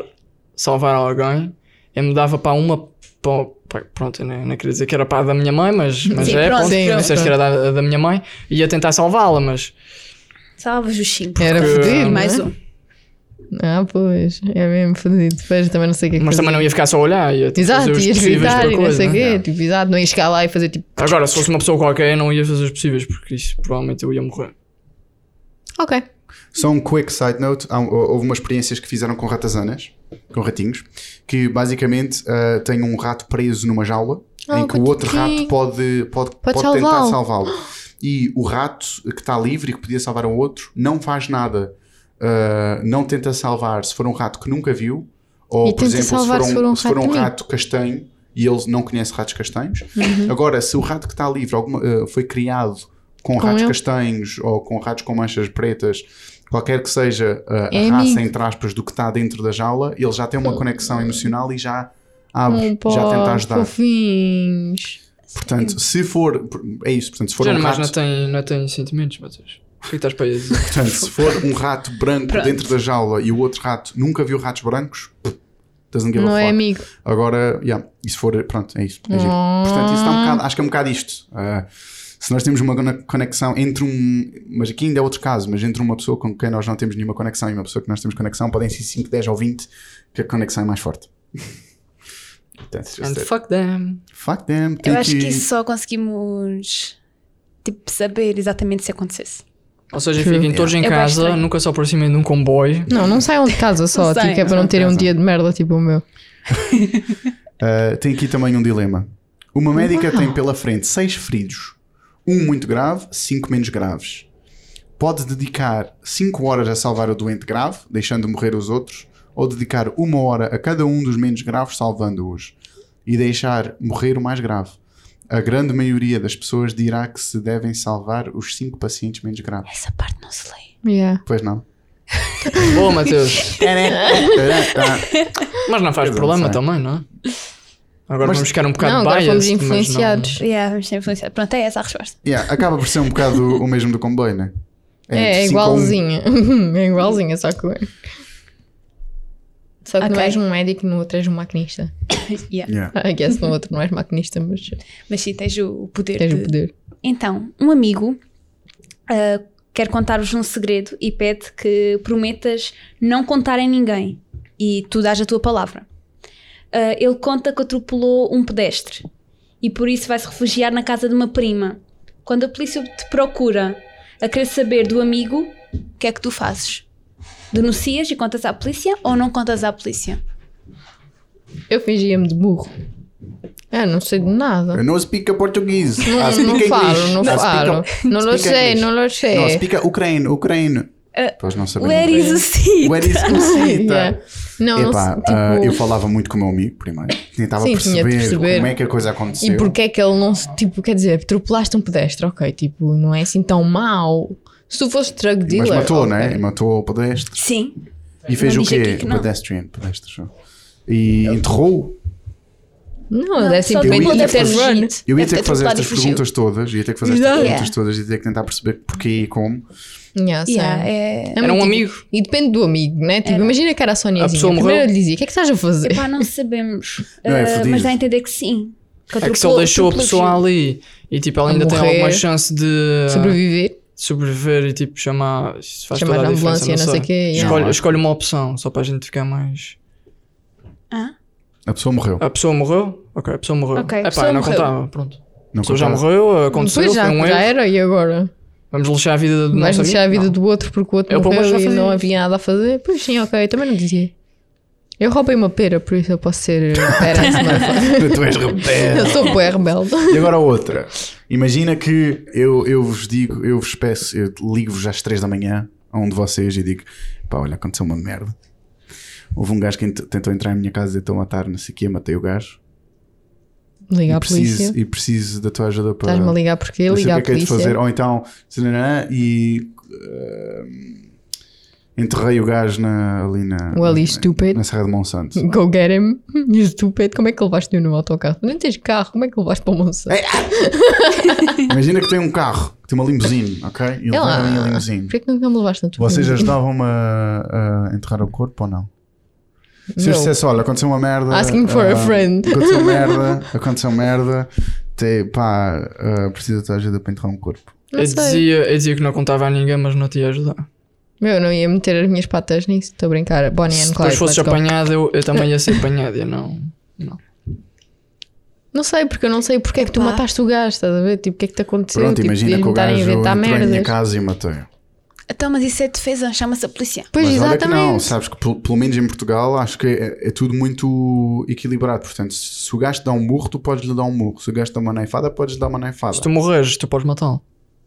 Speaker 2: salvar alguém, eu mudava para uma. Para, para- pronto, eu não, não queria dizer que era para a da minha mãe, mas, mas
Speaker 4: Sim,
Speaker 2: é.
Speaker 4: pronto,
Speaker 2: Pronto,
Speaker 1: Sim,
Speaker 2: não
Speaker 1: pronto.
Speaker 2: disseste que era da, da minha mãe, ia tentar salvá-la, mas.
Speaker 4: Salvas os cinco.
Speaker 1: Era
Speaker 2: Porque-
Speaker 1: fodido,
Speaker 4: Mais
Speaker 1: não é?
Speaker 4: um.
Speaker 1: Ah, pois, é mesmo fodido. Pois, eu também não sei o que é que
Speaker 2: Mas
Speaker 1: fazer.
Speaker 2: também não ia ficar só a olhar, ia tipo,
Speaker 1: Exato,
Speaker 2: fazer os
Speaker 1: ias
Speaker 2: possíveis
Speaker 1: gritar
Speaker 2: para
Speaker 1: e
Speaker 2: a
Speaker 1: não sei
Speaker 2: coisa. né?
Speaker 1: o quê.
Speaker 3: Yeah.
Speaker 1: Tipo, exato, não ias chegar lá e fazer tipo,
Speaker 2: Agora, se fosse uma pessoa qualquer, eu não ia fazer os possíveis, porque isso provavelmente eu ia morrer.
Speaker 1: ok.
Speaker 3: Só um quick side note: há- houve umas experiências que fizeram com ratazanas, com ratinhos, que basicamente ah, tem um rato preso numa jaula
Speaker 1: Ah,
Speaker 3: em que o outro
Speaker 1: coitadinho.
Speaker 3: rato pode, pode, pode, tentar
Speaker 1: salvá-lo.
Speaker 3: salvá-lo. e o rato que está livre e que podia salvar um outro não faz nada, ah, não tenta salvar se for um rato que nunca viu, ou
Speaker 1: E
Speaker 3: por
Speaker 1: tenta
Speaker 3: exemplo, se
Speaker 1: salvar
Speaker 3: for um,
Speaker 1: se for um
Speaker 3: se for
Speaker 1: rato
Speaker 3: um
Speaker 1: também.
Speaker 3: rato castanho e ele não conhece ratos castanhos.
Speaker 1: Uhum.
Speaker 3: Agora, se o rato que está livre alguma- ah, foi criado com, ratos
Speaker 1: ele.
Speaker 3: castanhos ou com ratos com manchas pretas, qualquer que seja ah, a
Speaker 1: É
Speaker 3: raça,
Speaker 1: amigo.
Speaker 3: entre aspas, do que está dentro da jaula, ele já tem uma conexão emocional e já abre,
Speaker 1: Oh, pá,
Speaker 3: já tenta ajudar.
Speaker 1: Fofinhos.
Speaker 3: Portanto, se for. É isso, portanto, se for,
Speaker 2: Já
Speaker 3: um
Speaker 2: não, mas
Speaker 3: rato,
Speaker 2: não tem, não tem sentimentos, vocês. O que é que estás para aí a dizer?
Speaker 3: portanto, se for um rato branco dentro da jaula e o outro rato nunca viu ratos brancos, pff, doesn't give
Speaker 1: Não
Speaker 3: a
Speaker 1: é
Speaker 3: fuck.
Speaker 1: amigo.
Speaker 3: Agora, yeah, e se for. Pronto, é isso. É giro.
Speaker 1: Ah.
Speaker 3: Portanto, isso dá um
Speaker 4: Hum.
Speaker 3: bocado, acho que é um bocado isto. Ah, se nós temos uma cone- conexão entre um. Mas aqui ainda é outro caso, mas entre uma pessoa com quem nós não temos nenhuma conexão e uma pessoa que nós temos conexão, podem ser 5, 10 ou 20, que a conexão é mais forte. Portanto,
Speaker 2: And
Speaker 3: just that.
Speaker 2: É um fuck them.
Speaker 3: fuck them,
Speaker 4: Eu
Speaker 3: thank
Speaker 4: acho
Speaker 3: you.
Speaker 4: que isso só conseguimos tipo, saber exatamente se acontecesse.
Speaker 2: Ou seja,
Speaker 1: True.
Speaker 2: fiquem todos em
Speaker 4: É bué
Speaker 2: casa,
Speaker 4: estranho.
Speaker 2: nunca só por cima de um comboio.
Speaker 1: Não, não saiam de casa só,
Speaker 4: Não
Speaker 1: tipo, é
Speaker 4: saiam,
Speaker 1: para não
Speaker 3: não
Speaker 1: terem um
Speaker 3: saiam.
Speaker 1: dia de merda tipo o meu.
Speaker 3: Uh, tem aqui também um dilema. Uma médica
Speaker 1: Uau.
Speaker 3: tem pela frente seis feridos, um muito grave, cinco menos graves. Pode dedicar cinco horas a salvar o doente grave, deixando morrer os outros, ou dedicar uma hora a cada um dos menos graves, salvando-os, e deixar morrer o mais grave. A grande maioria das pessoas dirá que se devem salvar os cinco pacientes menos graves.
Speaker 4: Essa parte não se lê.
Speaker 1: Yeah.
Speaker 3: Pois não.
Speaker 2: Boa, Mateus.
Speaker 3: Eh,
Speaker 2: Mas não faz
Speaker 3: Eu não
Speaker 2: problema
Speaker 3: sei.
Speaker 2: também, não é? Agora
Speaker 3: Mas-
Speaker 2: vamos ficar um bocado
Speaker 1: Não, agora
Speaker 2: biased,
Speaker 1: fomos
Speaker 2: mas não-
Speaker 1: influenciados.
Speaker 4: Yeah, vamos ser influenciados. Pronto, é essa a resposta.
Speaker 3: Yeah, acaba por ser um bocado o mesmo do comboio, né?
Speaker 1: É, é
Speaker 3: entre cinco a um.
Speaker 1: igualzinha. é igualzinha, só que. Só que não
Speaker 4: Ok.
Speaker 1: és um médico, no outro és um maquinista.
Speaker 4: Yeah.
Speaker 3: Yeah.
Speaker 1: I guess no outro não és maquinista, mas
Speaker 4: Mas sim, tens o o poder
Speaker 1: tens
Speaker 4: de...
Speaker 1: o poder.
Speaker 4: Então, um amigo ah, quer contar-vos um segredo e pede que prometas não contar a ninguém e tu dás a tua palavra. Ah, ele conta que atropelou um pedestre e por isso vai se refugiar na casa de uma prima. Quando a polícia te procura a querer saber do amigo, o que é que tu fazes? Denuncias e contas à polícia ou não contas à polícia?
Speaker 1: Eu fingia-me de burro. Ah, não sei de nada.
Speaker 3: Eu não speak português. I
Speaker 1: Não,
Speaker 3: Ah, speak
Speaker 1: não
Speaker 3: English.
Speaker 1: falo, não
Speaker 3: I
Speaker 1: falo.
Speaker 3: speak-
Speaker 1: Não lo
Speaker 3: speak
Speaker 1: sei,
Speaker 3: English.
Speaker 1: não lo
Speaker 3: Não,
Speaker 1: sei. Eh,
Speaker 3: speak Ucrânia, Ucrânia. Pois não sabemos.
Speaker 4: Where is
Speaker 3: ucraniano.
Speaker 4: the seat?
Speaker 3: Where is Cita?
Speaker 1: Yeah. Não, não
Speaker 3: Epá,
Speaker 1: sei,
Speaker 3: ah,
Speaker 1: tipo,
Speaker 3: eu falava muito com o meu amigo primeiro. Tentava
Speaker 1: Sim, tinha de
Speaker 3: perceber,
Speaker 1: perceber.
Speaker 3: como é que a coisa aconteceu.
Speaker 1: E porque é que ele não se. Tipo, quer dizer, atropelaste um pedestre, ok, tipo, não é assim tão mau. Se tu fosses drug dealer.
Speaker 3: Mas matou,
Speaker 1: ok.
Speaker 3: né? E Matou o pedestre.
Speaker 4: Sim.
Speaker 3: E fez
Speaker 4: Não
Speaker 3: o
Speaker 4: diz aqui
Speaker 3: quê?
Speaker 4: que não.
Speaker 3: Pedestrian, pedestre. só. E enterrou.
Speaker 1: Não,
Speaker 4: Não,
Speaker 1: deve
Speaker 4: só
Speaker 1: ser
Speaker 4: de
Speaker 3: Eu ia
Speaker 1: deve ter
Speaker 3: fazer-
Speaker 1: run.
Speaker 3: Eu ia ter
Speaker 4: Deve ter
Speaker 3: que fazer
Speaker 4: atropelado
Speaker 3: estas
Speaker 4: e fugiu.
Speaker 3: perguntas todas. Ia ter que fazer estas
Speaker 1: Exato.
Speaker 3: perguntas todas. Ia ter que tentar perceber porquê e como.
Speaker 1: Yeah, sim.
Speaker 4: Yeah, é-
Speaker 1: É
Speaker 2: Era
Speaker 1: muito difícil.
Speaker 2: um amigo.
Speaker 1: E depende do amigo, né? Tipo, imagina que era a Soniazinha.
Speaker 2: A pessoa
Speaker 1: Primeiro
Speaker 2: morreu.
Speaker 1: ele dizia: o que é que estás a fazer?
Speaker 4: Epá, não sabemos.
Speaker 3: Não, é
Speaker 4: Ah,
Speaker 3: fodido.
Speaker 4: mas dá a entender que sim. Que
Speaker 2: É que se
Speaker 4: atropelou-
Speaker 2: ele deixou a
Speaker 4: atropelou-
Speaker 2: pessoa ali e tipo, ela
Speaker 1: A
Speaker 2: ainda tem
Speaker 1: morrer.
Speaker 2: alguma chance de
Speaker 1: Sobreviver,
Speaker 2: sobreviver e tipo chamar. Isso faz
Speaker 1: chamar
Speaker 2: toda
Speaker 1: a
Speaker 2: a diferença,
Speaker 1: ambulância, não sei o quê. yeah.
Speaker 2: Escolhe,
Speaker 3: Não.
Speaker 2: escolhe uma opção, só para a gente ficar mais.
Speaker 4: Ah?
Speaker 3: A pessoa morreu.
Speaker 2: A pessoa morreu? Ok, a pessoa morreu.
Speaker 4: Ok, a
Speaker 2: Epá,
Speaker 4: pessoa
Speaker 2: não
Speaker 4: morreu.
Speaker 2: contava, pronto.
Speaker 3: Não
Speaker 2: A pessoa já
Speaker 3: contava.
Speaker 2: morreu, aconteceu,
Speaker 1: Pois já,
Speaker 2: foi um
Speaker 1: já
Speaker 2: erro.
Speaker 1: era e agora?
Speaker 2: Vamos lixar a vida do
Speaker 1: Vais
Speaker 2: nosso
Speaker 1: deixar a
Speaker 2: amigo?
Speaker 1: vida
Speaker 2: Não.
Speaker 1: do outro porque o outro
Speaker 2: Eu, pelo menos,
Speaker 1: morreu e
Speaker 2: já
Speaker 1: não
Speaker 2: fazia
Speaker 1: havia nada a fazer? Pois sim, ok, eu também não dizia. Eu roubei uma pera, por isso eu posso ser. eh,
Speaker 3: tu és
Speaker 2: É.
Speaker 3: rebelde.
Speaker 1: eu sou bué rebelde.
Speaker 3: E agora outra. Imagina que eu, eu vos digo, eu vos peço, eu ligo-vos às 3 da manhã a um de vocês e digo: pá, olha, aconteceu uma merda. Houve um gajo que ent- tentou entrar em minha casa e tentou matar, não sei o quê, matei o gajo.
Speaker 1: Liga
Speaker 3: E
Speaker 1: à polícia.
Speaker 3: preciso, e preciso da tua ajuda para.
Speaker 1: Estás-me a ligar porque
Speaker 3: não sei
Speaker 1: liga
Speaker 3: o
Speaker 1: à
Speaker 3: que é que é de
Speaker 1: polícia.
Speaker 3: fazer. Ou então, zananã, e. eh, enterrei o gajo na, ali na.
Speaker 1: Well, he's
Speaker 3: na,
Speaker 1: stupid.
Speaker 3: na Serra de Monsanto.
Speaker 1: Go get him. You stupid. Como é que levaste-o no autocarro? Tu Nem tens carro, como é que levaste para o Monsanto?
Speaker 3: Imagina que tem um carro, que tem uma limusine, ok? E ele
Speaker 1: lá.
Speaker 3: vai na minha limusine.
Speaker 1: Porquê que nunca me levaste na tua
Speaker 3: Vocês
Speaker 1: vida?
Speaker 3: ajudavam-me a, a enterrar o corpo ou não? Se eu
Speaker 1: Não.
Speaker 3: dissesse, olha, aconteceu uma merda.
Speaker 1: Asking for a
Speaker 3: ah,
Speaker 1: friend.
Speaker 3: Aconteceu merda, aconteceu merda. Te, pá, ah, preciso da tua ajuda para enterrar um corpo.
Speaker 1: Não
Speaker 2: Eu
Speaker 1: sei.
Speaker 2: dizia, eu dizia que não contava a ninguém, mas não te ia ajudar.
Speaker 1: Meu, não ia meter as minhas patas nisso. Estou a brincar. Bonnie
Speaker 2: Se
Speaker 1: and
Speaker 2: depois
Speaker 1: Clyde.
Speaker 2: fosses
Speaker 1: let's go.
Speaker 2: apanhado, eu, eu também ia ser apanhado. Eu não.
Speaker 1: Não sei, porque eu não sei porque é que tu
Speaker 4: Epá.
Speaker 1: mataste o gajo, estás a ver? Tipo, o que é que te aconteceu?
Speaker 3: Pronto,
Speaker 1: tipo,
Speaker 3: imagina
Speaker 1: podias-me
Speaker 3: que o
Speaker 1: estar a
Speaker 3: gajo
Speaker 1: inventar
Speaker 3: entrou em minha
Speaker 1: merdas.
Speaker 3: casa e matei.
Speaker 4: Então, mas isso é defesa, chama-se a polícia.
Speaker 9: É,
Speaker 1: Pois,
Speaker 3: Mas olha que
Speaker 1: exatamente.
Speaker 3: não, sabes que pel- pelo menos em Portugal acho que é, é tudo muito equilibrado. Portanto, se se o gajo te dá um burro, tu podes lhe dar um burro. Se o gajo te dá uma naifada, podes lhe dar uma naifada.
Speaker 2: Se tu morreres, tu podes matá-lo.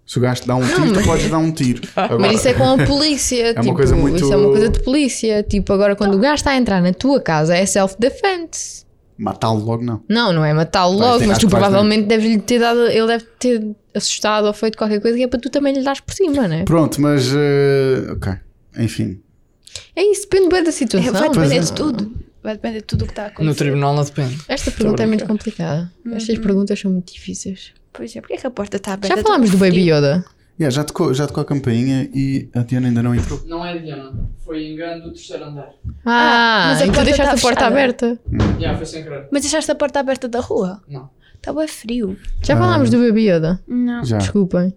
Speaker 3: Se o gajo te dá um tiro, tu podes dar um tiro. Agora-
Speaker 1: Mas isso é com a polícia.
Speaker 3: uma
Speaker 1: tipo,
Speaker 3: coisa muito-
Speaker 1: Isso é uma coisa de polícia. Tipo, agora quando o gajo está a entrar na tua casa é self-defense.
Speaker 3: Matá-lo logo não.
Speaker 1: Não, não é matá-lo
Speaker 3: Vai,
Speaker 1: logo,
Speaker 3: tem-
Speaker 1: mas tu
Speaker 3: acho que vais
Speaker 1: provavelmente deves-lhe ter dado. Ele deve ter assustado ou feito qualquer coisa que é para tu também lhe dares por cima, né?
Speaker 3: Pronto, mas. eh, ok. Enfim.
Speaker 1: É isso, depende bem da
Speaker 4: É,
Speaker 1: situação.
Speaker 9: vai
Speaker 1: mas-
Speaker 3: é.
Speaker 9: depender de tudo. Vai depender de tudo o que está a acontecer.
Speaker 2: No tribunal não depende.
Speaker 1: Esta pergunta é muito complicada. Estas perguntas são muito difíceis.
Speaker 9: Pois é, porque é que a porta está aberta?
Speaker 1: Já falámos do Baby Yoda.
Speaker 3: Yeah, já, tocou, já tocou a campainha e a Diana ainda não entrou.
Speaker 2: Não é Diana, foi engano do terceiro andar.
Speaker 1: Ah,
Speaker 9: Ah, mas a
Speaker 1: então
Speaker 9: porta
Speaker 1: deixaste
Speaker 9: tá
Speaker 1: a porta
Speaker 9: fechada.
Speaker 1: aberta.
Speaker 2: Já, foi sem querer.
Speaker 9: Mas deixaste a porta aberta da rua?
Speaker 2: Não.
Speaker 9: Está bem frio.
Speaker 1: Já
Speaker 3: Ah.
Speaker 1: falámos do Baby Yoda.
Speaker 9: Não.
Speaker 3: Já.
Speaker 1: Desculpem.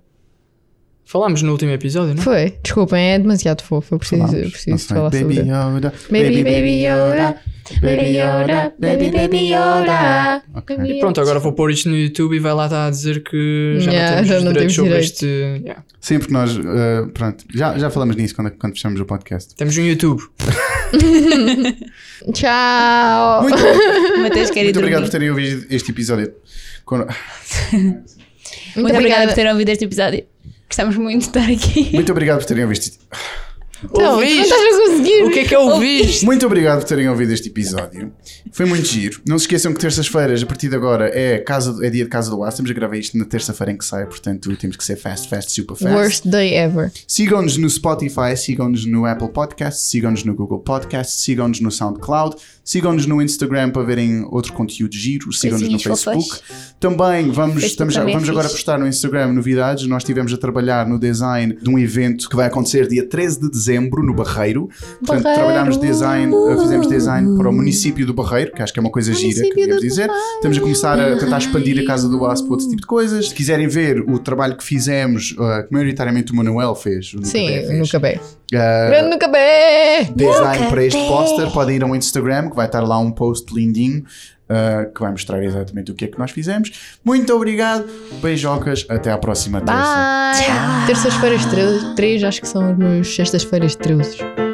Speaker 2: Falámos no último episódio, não?
Speaker 1: Foi. Desculpem, é demasiado fofo. Eu preciso, eu
Speaker 3: Falámos, não
Speaker 1: preciso
Speaker 3: sei.
Speaker 1: falar sobre.
Speaker 3: Baby Yoda.
Speaker 1: Baby, baby Yoda. Baby Yoda. Baby, baby Yoda.
Speaker 3: Ok.
Speaker 1: Baby
Speaker 2: E pronto, agora vou pôr isto no YouTube e vai lá estar a dizer que já
Speaker 1: Yeah,
Speaker 2: não temos
Speaker 1: já
Speaker 2: os
Speaker 1: não temos
Speaker 2: direitos sobre
Speaker 1: direitos.
Speaker 2: este. Yeah.
Speaker 3: Sim, porque nós. eh, pronto, já, já falamos nisso quando, quando fechamos o podcast.
Speaker 2: Temos um YouTube.
Speaker 1: Tchau.
Speaker 3: Muito,
Speaker 9: Mateus quer ir
Speaker 3: muito obrigado
Speaker 9: dormir.
Speaker 3: por terem ouvido este episódio. Con-
Speaker 9: Muito obrigada por terem ouvido este episódio. Gostamos muito de estar aqui.
Speaker 3: Muito obrigado por terem ouvido este...
Speaker 1: Então, tu não
Speaker 2: Ouviste?
Speaker 1: estás a conseguir.
Speaker 2: O que é que
Speaker 1: um
Speaker 2: ouviste?
Speaker 3: Muito obrigado por terem ouvido este episódio. Foi muito giro. Não se esqueçam que terças-feiras, a partir de agora, é, casa, é dia de Casa do Aço. Estamos a gravar isto na terça-feira em que sai, portanto temos que ser fast, fast, super fast.
Speaker 1: Worst day ever.
Speaker 3: Sigam-nos no Spotify, sigam-nos no Apple Podcasts, sigam-nos no Google Podcasts, sigam-nos no SoundCloud, sigam-nos no Instagram para verem outro conteúdo giro, sigam-nos no
Speaker 9: Coisinhas
Speaker 3: Facebook.
Speaker 9: fofas.
Speaker 3: Também vamos,
Speaker 9: Facebook
Speaker 3: estamos,
Speaker 9: também é
Speaker 3: vamos agora
Speaker 9: fixe.
Speaker 3: postar no Instagram novidades. Nós estivemos a trabalhar no design de um evento que vai acontecer dia 13 de dezembro no Barreiro. Portanto,
Speaker 1: Barreiro.
Speaker 3: trabalhámos design, eh, fizemos design para o município do Barreiro, que acho que é uma coisa gira que
Speaker 1: Uhum. Município
Speaker 3: devíamos
Speaker 1: do
Speaker 3: dizer.
Speaker 1: Barreiro.
Speaker 3: Estamos a começar a tentar expandir a Casa do Aço para outro tipo de coisas. Se quiserem ver o trabalho que fizemos, eh, que maioritariamente o Manuel fez, o Nuca Bé
Speaker 1: Sim,
Speaker 3: fez,
Speaker 1: nunca bem. Ah.
Speaker 3: eh,
Speaker 1: Grande nunca bem.
Speaker 3: design para este póster, podem ir ao Instagram que vai estar lá um post lindinho uh, que vai mostrar exatamente o que é que nós fizemos. Muito obrigado, beijocas, até à próxima terça.
Speaker 1: Bye. Terças-feiras 13, acho que são as minhas sextas-feiras 13.